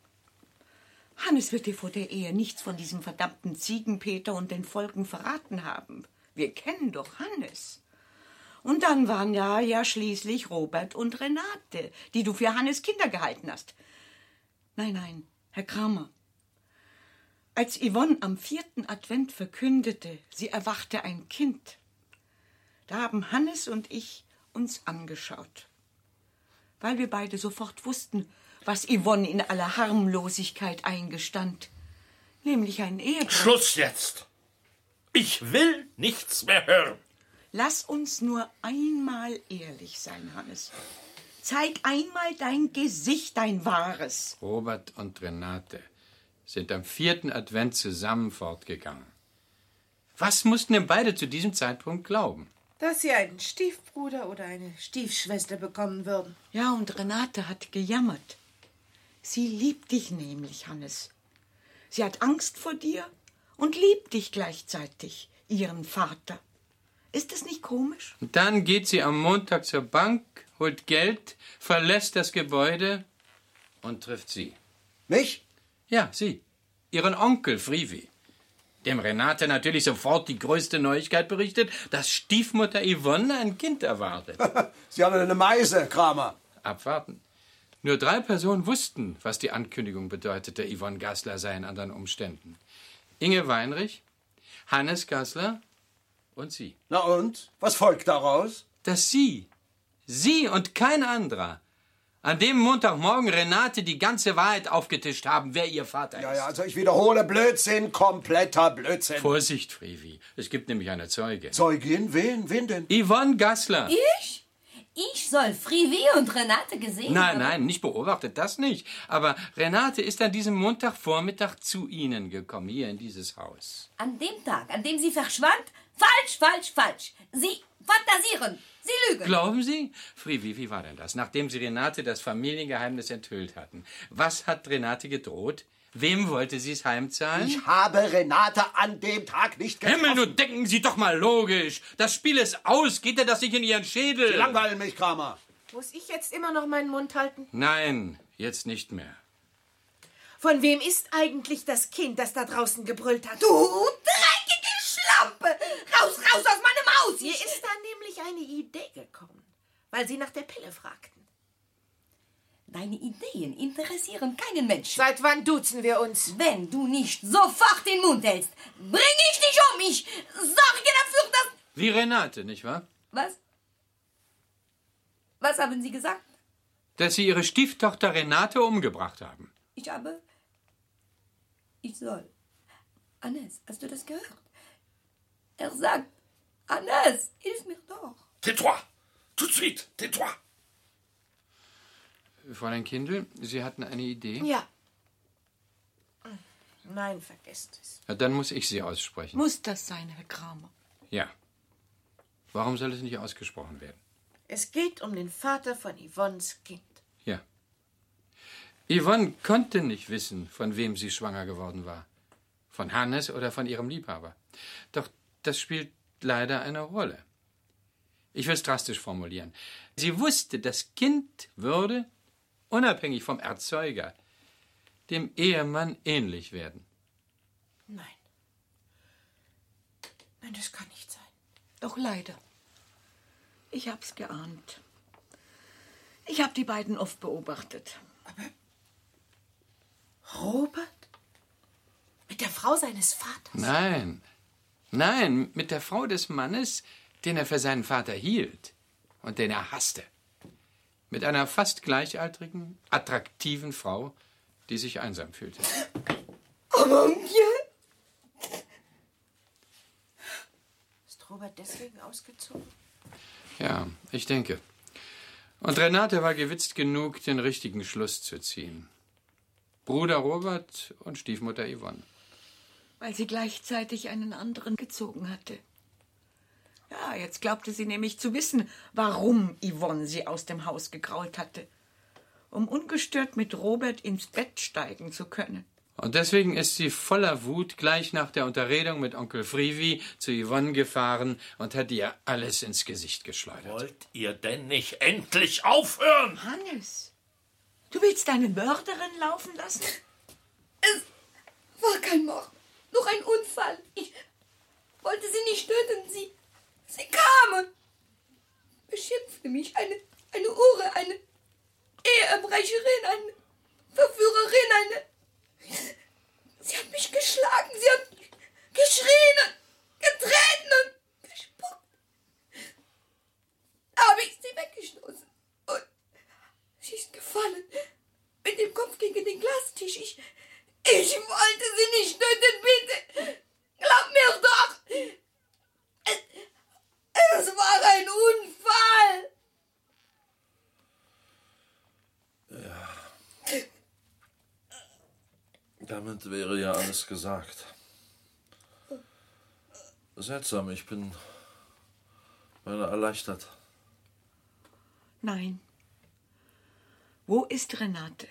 Speaker 9: Hannes wird dir vor der Ehe nichts von diesem verdammten Ziegenpeter und den Folgen verraten haben. Wir kennen doch Hannes. Und dann waren ja ja schließlich Robert und Renate, die du für Hannes Kinder gehalten hast. Nein, nein, Herr Kramer. Als Yvonne am vierten Advent verkündete, sie erwachte ein Kind, da haben Hannes und ich uns angeschaut, weil wir beide sofort wussten, was Yvonne in aller Harmlosigkeit eingestand, nämlich ein Ehebruch.
Speaker 16: Schluss jetzt! Ich will nichts mehr hören.
Speaker 9: Lass uns nur einmal ehrlich sein, Hannes. Zeig einmal dein Gesicht, dein wahres.
Speaker 2: Robert und Renate sind am vierten Advent zusammen fortgegangen. Was mussten denn beide zu diesem Zeitpunkt glauben?
Speaker 13: Dass sie einen Stiefbruder oder eine Stiefschwester bekommen würden.
Speaker 9: Ja, und Renate hat gejammert. Sie liebt dich nämlich, Hannes. Sie hat Angst vor dir und liebt dich gleichzeitig, ihren Vater. Ist das nicht komisch?
Speaker 2: Und dann geht sie am Montag zur Bank, holt Geld, verlässt das Gebäude und trifft sie.
Speaker 15: Mich?
Speaker 2: Ja, sie. Ihren Onkel Frivi. Dem Renate natürlich sofort die größte Neuigkeit berichtet, dass Stiefmutter Yvonne ein Kind erwartet.
Speaker 15: Sie haben eine Meise, Kramer.
Speaker 2: Abwarten. Nur drei Personen wussten, was die Ankündigung bedeutete, Yvonne Gassler sei in anderen Umständen. Inge Weinrich, Hannes Gassler und sie.
Speaker 15: Na und? Was folgt daraus?
Speaker 2: Dass sie, sie und kein anderer, an dem Montagmorgen Renate die ganze Wahrheit aufgetischt haben, wer ihr Vater
Speaker 15: Ja,
Speaker 2: ist.
Speaker 15: ja, also ich wiederhole, Blödsinn, kompletter Blödsinn.
Speaker 2: Vorsicht, Frevi. Es gibt nämlich eine Zeugin.
Speaker 15: Zeugin? Wen? Wen denn?
Speaker 2: Yvonne Gassler.
Speaker 11: Ich? Ich soll Frivi und Renate gesehen
Speaker 2: Nein,
Speaker 11: haben?
Speaker 2: nein, nicht beobachtet, das nicht. Aber Renate ist an diesem Montagvormittag zu Ihnen gekommen, hier in dieses Haus.
Speaker 11: An dem Tag, an dem sie verschwand? Falsch, falsch, falsch. Sie fantasieren. Sie lügen.
Speaker 2: Glauben Sie? Frivi, wie war denn das? Nachdem Sie Renate das Familiengeheimnis enthüllt hatten, was hat Renate gedroht? Wem wollte sie es heimzahlen?
Speaker 15: Ich habe Renate an dem Tag nicht getroffen.
Speaker 2: Himmel, nun denken Sie doch mal logisch. Das Spiel ist aus, geht er das nicht in Ihren Schädel?
Speaker 15: Sie langweilen mich, Kramer.
Speaker 13: Muss ich jetzt immer noch meinen Mund halten?
Speaker 2: Nein, jetzt nicht mehr.
Speaker 13: Von wem ist eigentlich das Kind, das da draußen gebrüllt hat?
Speaker 11: Du dreckige Schlampe! Raus, raus aus meinem Haus!
Speaker 13: Mir ist da nämlich eine Idee gekommen, weil sie nach der Pille fragten.
Speaker 11: Deine Ideen interessieren keinen Menschen.
Speaker 13: Seit wann duzen wir uns?
Speaker 11: Wenn du nicht sofort den Mund hältst, bring ich dich um. Ich sorge dafür, dass...
Speaker 2: Wie Renate, nicht wahr?
Speaker 11: Was? Was haben Sie gesagt?
Speaker 2: Dass Sie Ihre Stieftochter Renate umgebracht haben.
Speaker 11: Ich habe... Ich soll. Hannes, hast du das gehört? Er sagt, Hannes, hilf mir doch.
Speaker 16: Tais-toi Tout de suite Tais-toi
Speaker 2: Fräulein Kindel, Sie hatten eine Idee?
Speaker 12: Ja. Nein, vergesst es.
Speaker 2: Ja, dann muss ich sie aussprechen.
Speaker 9: Muss das sein, Herr Kramer?
Speaker 2: Ja. Warum soll es nicht ausgesprochen werden?
Speaker 12: Es geht um den Vater von Yvonnes Kind.
Speaker 2: Ja. Yvonne konnte nicht wissen, von wem sie schwanger geworden war. Von Hannes oder von ihrem Liebhaber. Doch das spielt leider eine Rolle. Ich will es drastisch formulieren. Sie wusste, das Kind würde, unabhängig vom Erzeuger, dem Ehemann ähnlich werden.
Speaker 12: Nein. Nein, das kann nicht sein.
Speaker 9: Doch leider. Ich hab's geahnt. Ich hab die beiden oft beobachtet.
Speaker 12: Robert? Mit der Frau seines Vaters?
Speaker 2: Nein. Nein, mit der Frau des Mannes, den er für seinen Vater hielt und den er hasste. Mit einer fast gleichaltrigen, attraktiven Frau, die sich einsam fühlte.
Speaker 11: Aber mir?
Speaker 12: Ist Robert deswegen ausgezogen?
Speaker 2: Ja, ich denke. Und Renate war gewitzt genug, den richtigen Schluss zu ziehen. Bruder Robert und Stiefmutter Yvonne.
Speaker 9: weil sie gleichzeitig einen anderen gezogen hatte. Ja, jetzt glaubte sie nämlich zu wissen, warum Yvonne sie aus dem Haus gegrault hatte, um ungestört mit Robert ins Bett steigen zu können.
Speaker 2: Und deswegen ist sie voller Wut gleich nach der Unterredung mit Onkel Frivi zu Yvonne gefahren und hat ihr alles ins Gesicht geschleudert.
Speaker 16: Wollt ihr denn nicht endlich aufhören?
Speaker 9: Hannes, du willst deine Mörderin laufen lassen?
Speaker 11: War kein Mord, nur ein Unfall. Ich wollte sie nicht töten. Sie, sie kamen. Beschimpfte mich eine, eine Ure, eine Ehebrecherin, eine Verführerin, eine. Sie hat mich geschlagen, sie hat geschrien und getreten und gespuckt. Da habe ich sie weggestoßen. Und sie ist gefallen. Mit dem Kopf gegen den Glastisch. Ich, ich wollte sie nicht töten, bitte. Glaub mir doch. Es, es war ein Unfall.
Speaker 8: Damit wäre ja alles gesagt. Seltsam, ich bin beinahe erleichtert.
Speaker 9: Nein. Wo ist Renate?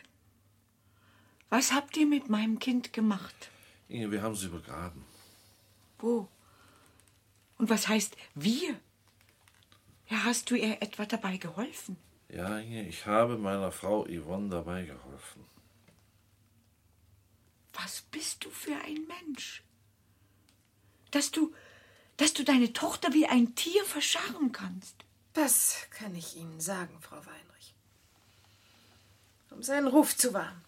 Speaker 9: Was habt ihr mit meinem Kind gemacht?
Speaker 8: Inge, wir haben sie begraben.
Speaker 9: Wo? Und was heißt wir? Ja, hast du ihr etwa dabei geholfen?
Speaker 8: Ja, Inge, ich habe meiner Frau Yvonne dabei geholfen.
Speaker 9: Was bist du für ein Mensch? Dass du, dass du deine Tochter wie ein Tier verscharren kannst.
Speaker 12: Das kann ich Ihnen sagen, Frau Weinrich. Um seinen Ruf zu wahren.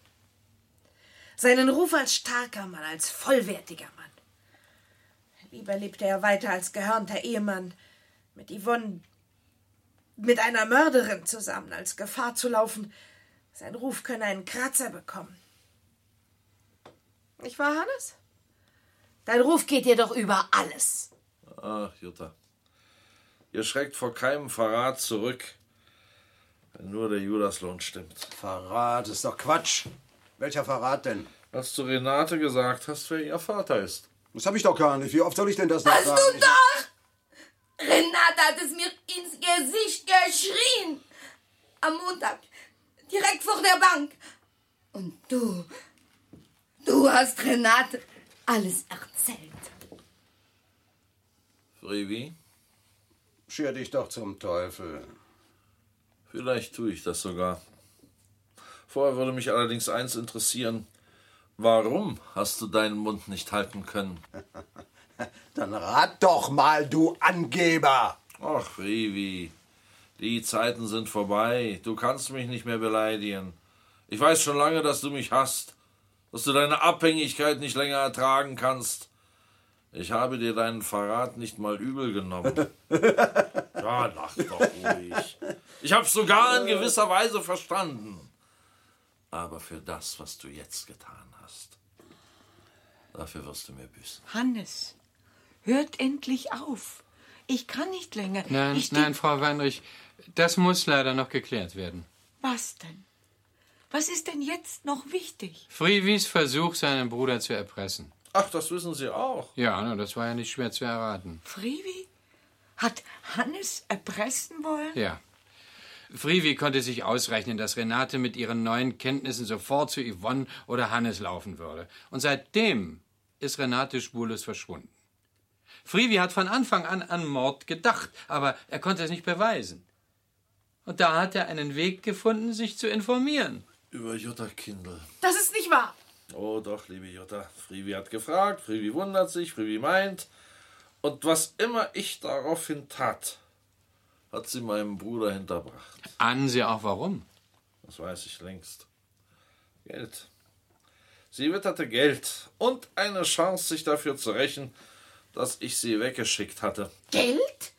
Speaker 12: Seinen Ruf als starker Mann, als vollwertiger Mann. Lieber lebte er weiter als gehörnter Ehemann mit Yvonne, mit einer Mörderin zusammen, als Gefahr zu laufen. Sein Ruf könne einen Kratzer bekommen. Nicht wahr, Hannes? Dein Ruf geht dir doch über alles.
Speaker 8: Ach, Jutta. Ihr schreckt vor keinem Verrat zurück, wenn nur der Judaslohn stimmt.
Speaker 10: Verrat ist doch Quatsch. Welcher Verrat denn?
Speaker 8: Was du Renate gesagt hast, wer ihr Vater ist.
Speaker 10: Das habe ich doch gar nicht. Wie oft soll ich denn das noch
Speaker 11: Hast
Speaker 10: sagen?
Speaker 11: du doch? Renate hat es mir ins Gesicht geschrien. Am Montag. Direkt vor der Bank. Und du. Du hast Renate alles erzählt.
Speaker 8: Frivi,
Speaker 10: Scher dich doch zum Teufel.
Speaker 8: vielleicht tue ich das sogar. Vorher würde mich allerdings eins interessieren. Warum hast du deinen Mund nicht halten können?
Speaker 10: Dann rat doch mal, du Angeber.
Speaker 8: Ach, Frivi, die Zeiten sind vorbei. Du kannst mich nicht mehr beleidigen. Ich weiß schon lange, dass du mich hasst, dass du deine Abhängigkeit nicht länger ertragen kannst. Ich habe dir deinen Verrat nicht mal übel genommen. Ja, lach doch ruhig. Ich hab's sogar in gewisser Weise verstanden. Aber für das, was du jetzt getan hast, dafür wirst du mir büßen.
Speaker 9: Hannes, hört endlich auf. Ich kann nicht länger.
Speaker 2: Nein,
Speaker 9: ich steh-
Speaker 2: nein, Frau Weinrich, das muss leider noch geklärt werden.
Speaker 9: Was denn? Was ist denn jetzt noch wichtig?
Speaker 2: Frivis Versuch, seinen Bruder zu erpressen.
Speaker 8: Ach, das wissen Sie auch.
Speaker 2: Ja, na, das war ja nicht schwer zu erraten.
Speaker 9: Frivi? Hat Hannes erpressen wollen?
Speaker 2: Ja. Frivi konnte sich ausrechnen, dass Renate mit ihren neuen Kenntnissen sofort zu Yvonne oder Hannes laufen würde. Und seitdem ist Renate Spulus verschwunden. Frivi hat von Anfang an an Mord gedacht, aber er konnte es nicht beweisen. Und da hat er einen Weg gefunden, sich zu informieren.
Speaker 8: Über Jutta Kindl.
Speaker 12: Das ist nicht wahr.
Speaker 8: Oh doch, liebe Jutta. Frivi hat gefragt, Frivi wundert sich, Frivi meint. Und was immer ich daraufhin tat, hat sie meinem Bruder hinterbracht.
Speaker 2: Ahnen Sie auch warum?
Speaker 8: Das weiß ich längst. Geld. Sie witterte Geld und eine Chance, sich dafür zu rächen, dass ich sie weggeschickt hatte.
Speaker 12: Geld?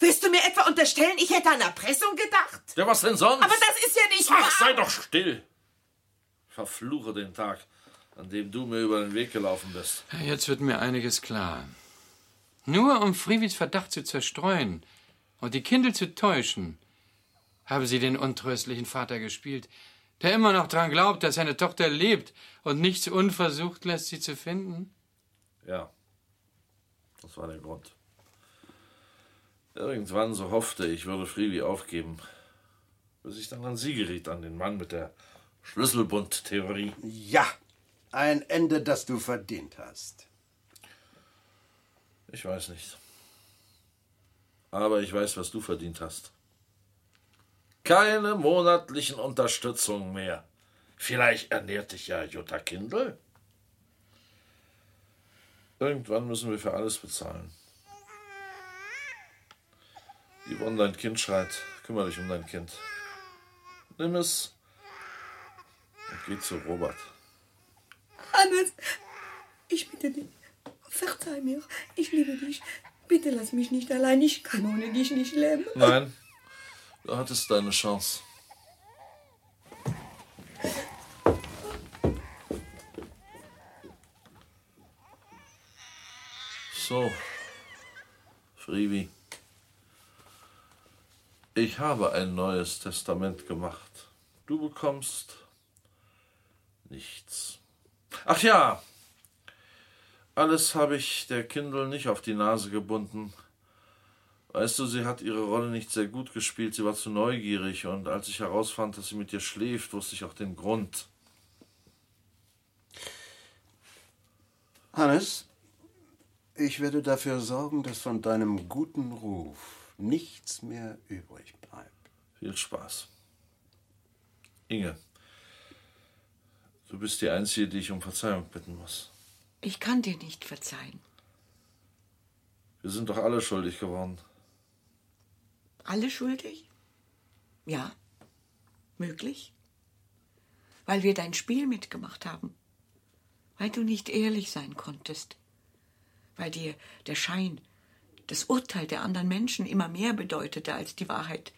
Speaker 12: Willst du mir etwa unterstellen, ich hätte an Erpressung gedacht?
Speaker 8: Ja, was denn sonst?
Speaker 12: Aber das ist ja nicht wahr.
Speaker 8: Ach, sei doch still! Verfluche den Tag, an dem du mir über den Weg gelaufen bist.
Speaker 2: Jetzt wird mir einiges klar. Nur um Frivis Verdacht zu zerstreuen und die Kinder zu täuschen, haben sie den untröstlichen Vater gespielt, der immer noch dran glaubt, dass seine Tochter lebt und nichts unversucht lässt, sie zu finden.
Speaker 8: Ja, das war der Grund. Irgendwann, so hoffte ich, würde Frivi aufgeben. Bis ich dann an sie geriet, an den Mann mit der Schlüsselbund-Theorie.
Speaker 10: Ja, ein Ende, das du verdient hast.
Speaker 8: Ich weiß nicht. Aber ich weiß, was du verdient hast. Keine monatlichen Unterstützung mehr. Vielleicht ernährt dich ja Jutta Kindl. Irgendwann müssen wir für alles bezahlen. Yvonne, dein Kind schreit. Kümmere dich um dein Kind. Nimm es und geh zu Robert.
Speaker 11: Hannes, ich bitte dich, verzeih mir. Ich liebe dich. Bitte lass mich nicht allein. Ich kann ohne dich nicht leben.
Speaker 8: Nein, du hattest deine Chance. So, Frivi, ich habe ein neues Testament gemacht. Du bekommst nichts. Ach ja, alles habe ich der Kindle nicht auf die Nase gebunden. Weißt du, sie hat ihre Rolle nicht sehr gut gespielt, sie war zu neugierig und als ich herausfand, dass sie mit dir schläft, wusste ich auch den Grund.
Speaker 10: Hannes, ich werde dafür sorgen, dass von deinem guten Ruf nichts mehr übrig bleibt.
Speaker 8: Viel Spaß. Inge, du bist die Einzige, die ich um Verzeihung bitten muss.
Speaker 9: Ich kann dir nicht verzeihen.
Speaker 8: Wir sind doch alle schuldig geworden.
Speaker 9: Alle schuldig? Ja. Möglich? Weil wir dein Spiel mitgemacht haben. Weil du nicht ehrlich sein konntest. Weil dir der Schein, das Urteil der anderen Menschen immer mehr bedeutete als die Wahrheit.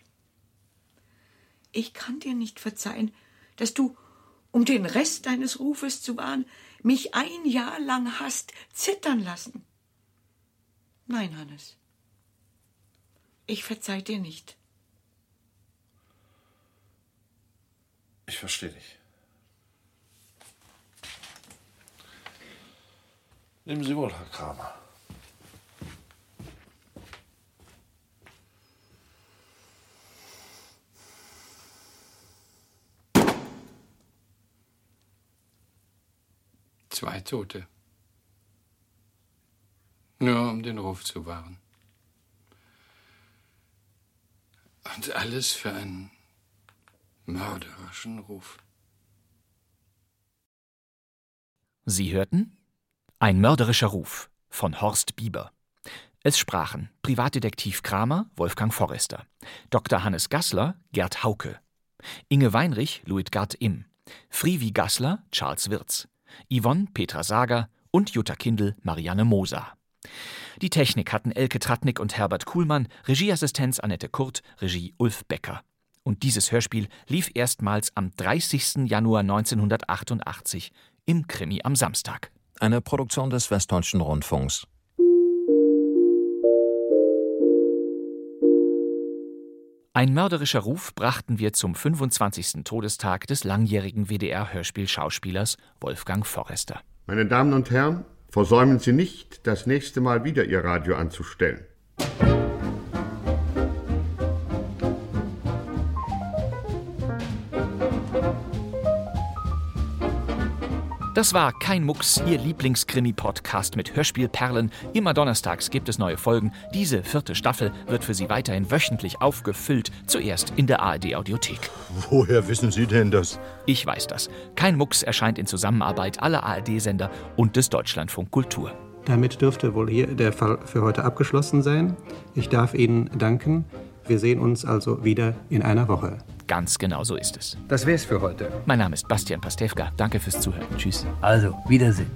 Speaker 9: Ich kann dir nicht verzeihen, dass du, um den Rest deines Rufes zu wahren, mich ein Jahr lang hast zittern lassen. Nein, Hannes. Ich verzeih dir nicht.
Speaker 8: Ich verstehe dich. Nehmen Sie wohl, Herr Kramer.
Speaker 2: Zwei Tote. Nur um den Ruf zu wahren. Und alles für einen mörderischen Ruf.
Speaker 4: Sie hörten Ein mörderischer Ruf von Horst Bieber. Es sprachen Privatdetektiv Kramer, Wolfgang Forrester, Dr. Hannes Gassler, Gerd Hauke, Inge Weinrich, Luitgard Imm, Frivi Gassler, Charles Wirz, Yvonne, Petra Sager und Jutta Kindl, Marianne Moser. Die Technik hatten Elke Tratnik und Herbert Kuhlmann, Regieassistenz Annette Kurt, Regie Ulf Becker. Und dieses Hörspiel lief erstmals am 30. Januar 1988 im Krimi am Samstag.
Speaker 17: Eine Produktion des Westdeutschen Rundfunks.
Speaker 4: Ein mörderischer Ruf brachten wir zum 25. Todestag des langjährigen WDR-Hörspielschauspielers Wolfgang Forrester.
Speaker 17: Meine Damen und Herren, versäumen Sie nicht, das nächste Mal wieder Ihr Radio anzustellen.
Speaker 4: Das war Kein Mucks, Ihr Lieblingskrimi-Podcast mit Hörspielperlen. Immer donnerstags gibt es neue Folgen. Diese vierte Staffel wird für Sie weiterhin wöchentlich aufgefüllt, zuerst in der ARD-Audiothek.
Speaker 18: Woher wissen Sie denn das?
Speaker 4: Ich weiß das. Kein Mucks erscheint in Zusammenarbeit aller ARD-Sender und des Deutschlandfunk Kultur.
Speaker 19: Damit dürfte wohl hier der Fall für heute abgeschlossen sein. Ich darf Ihnen danken. Wir sehen uns also wieder in einer Woche.
Speaker 4: Ganz genau so ist es.
Speaker 19: Das wär's für heute.
Speaker 4: Mein Name ist Bastian Pastewka. Danke fürs Zuhören. Tschüss.
Speaker 19: Also, Wiedersehen.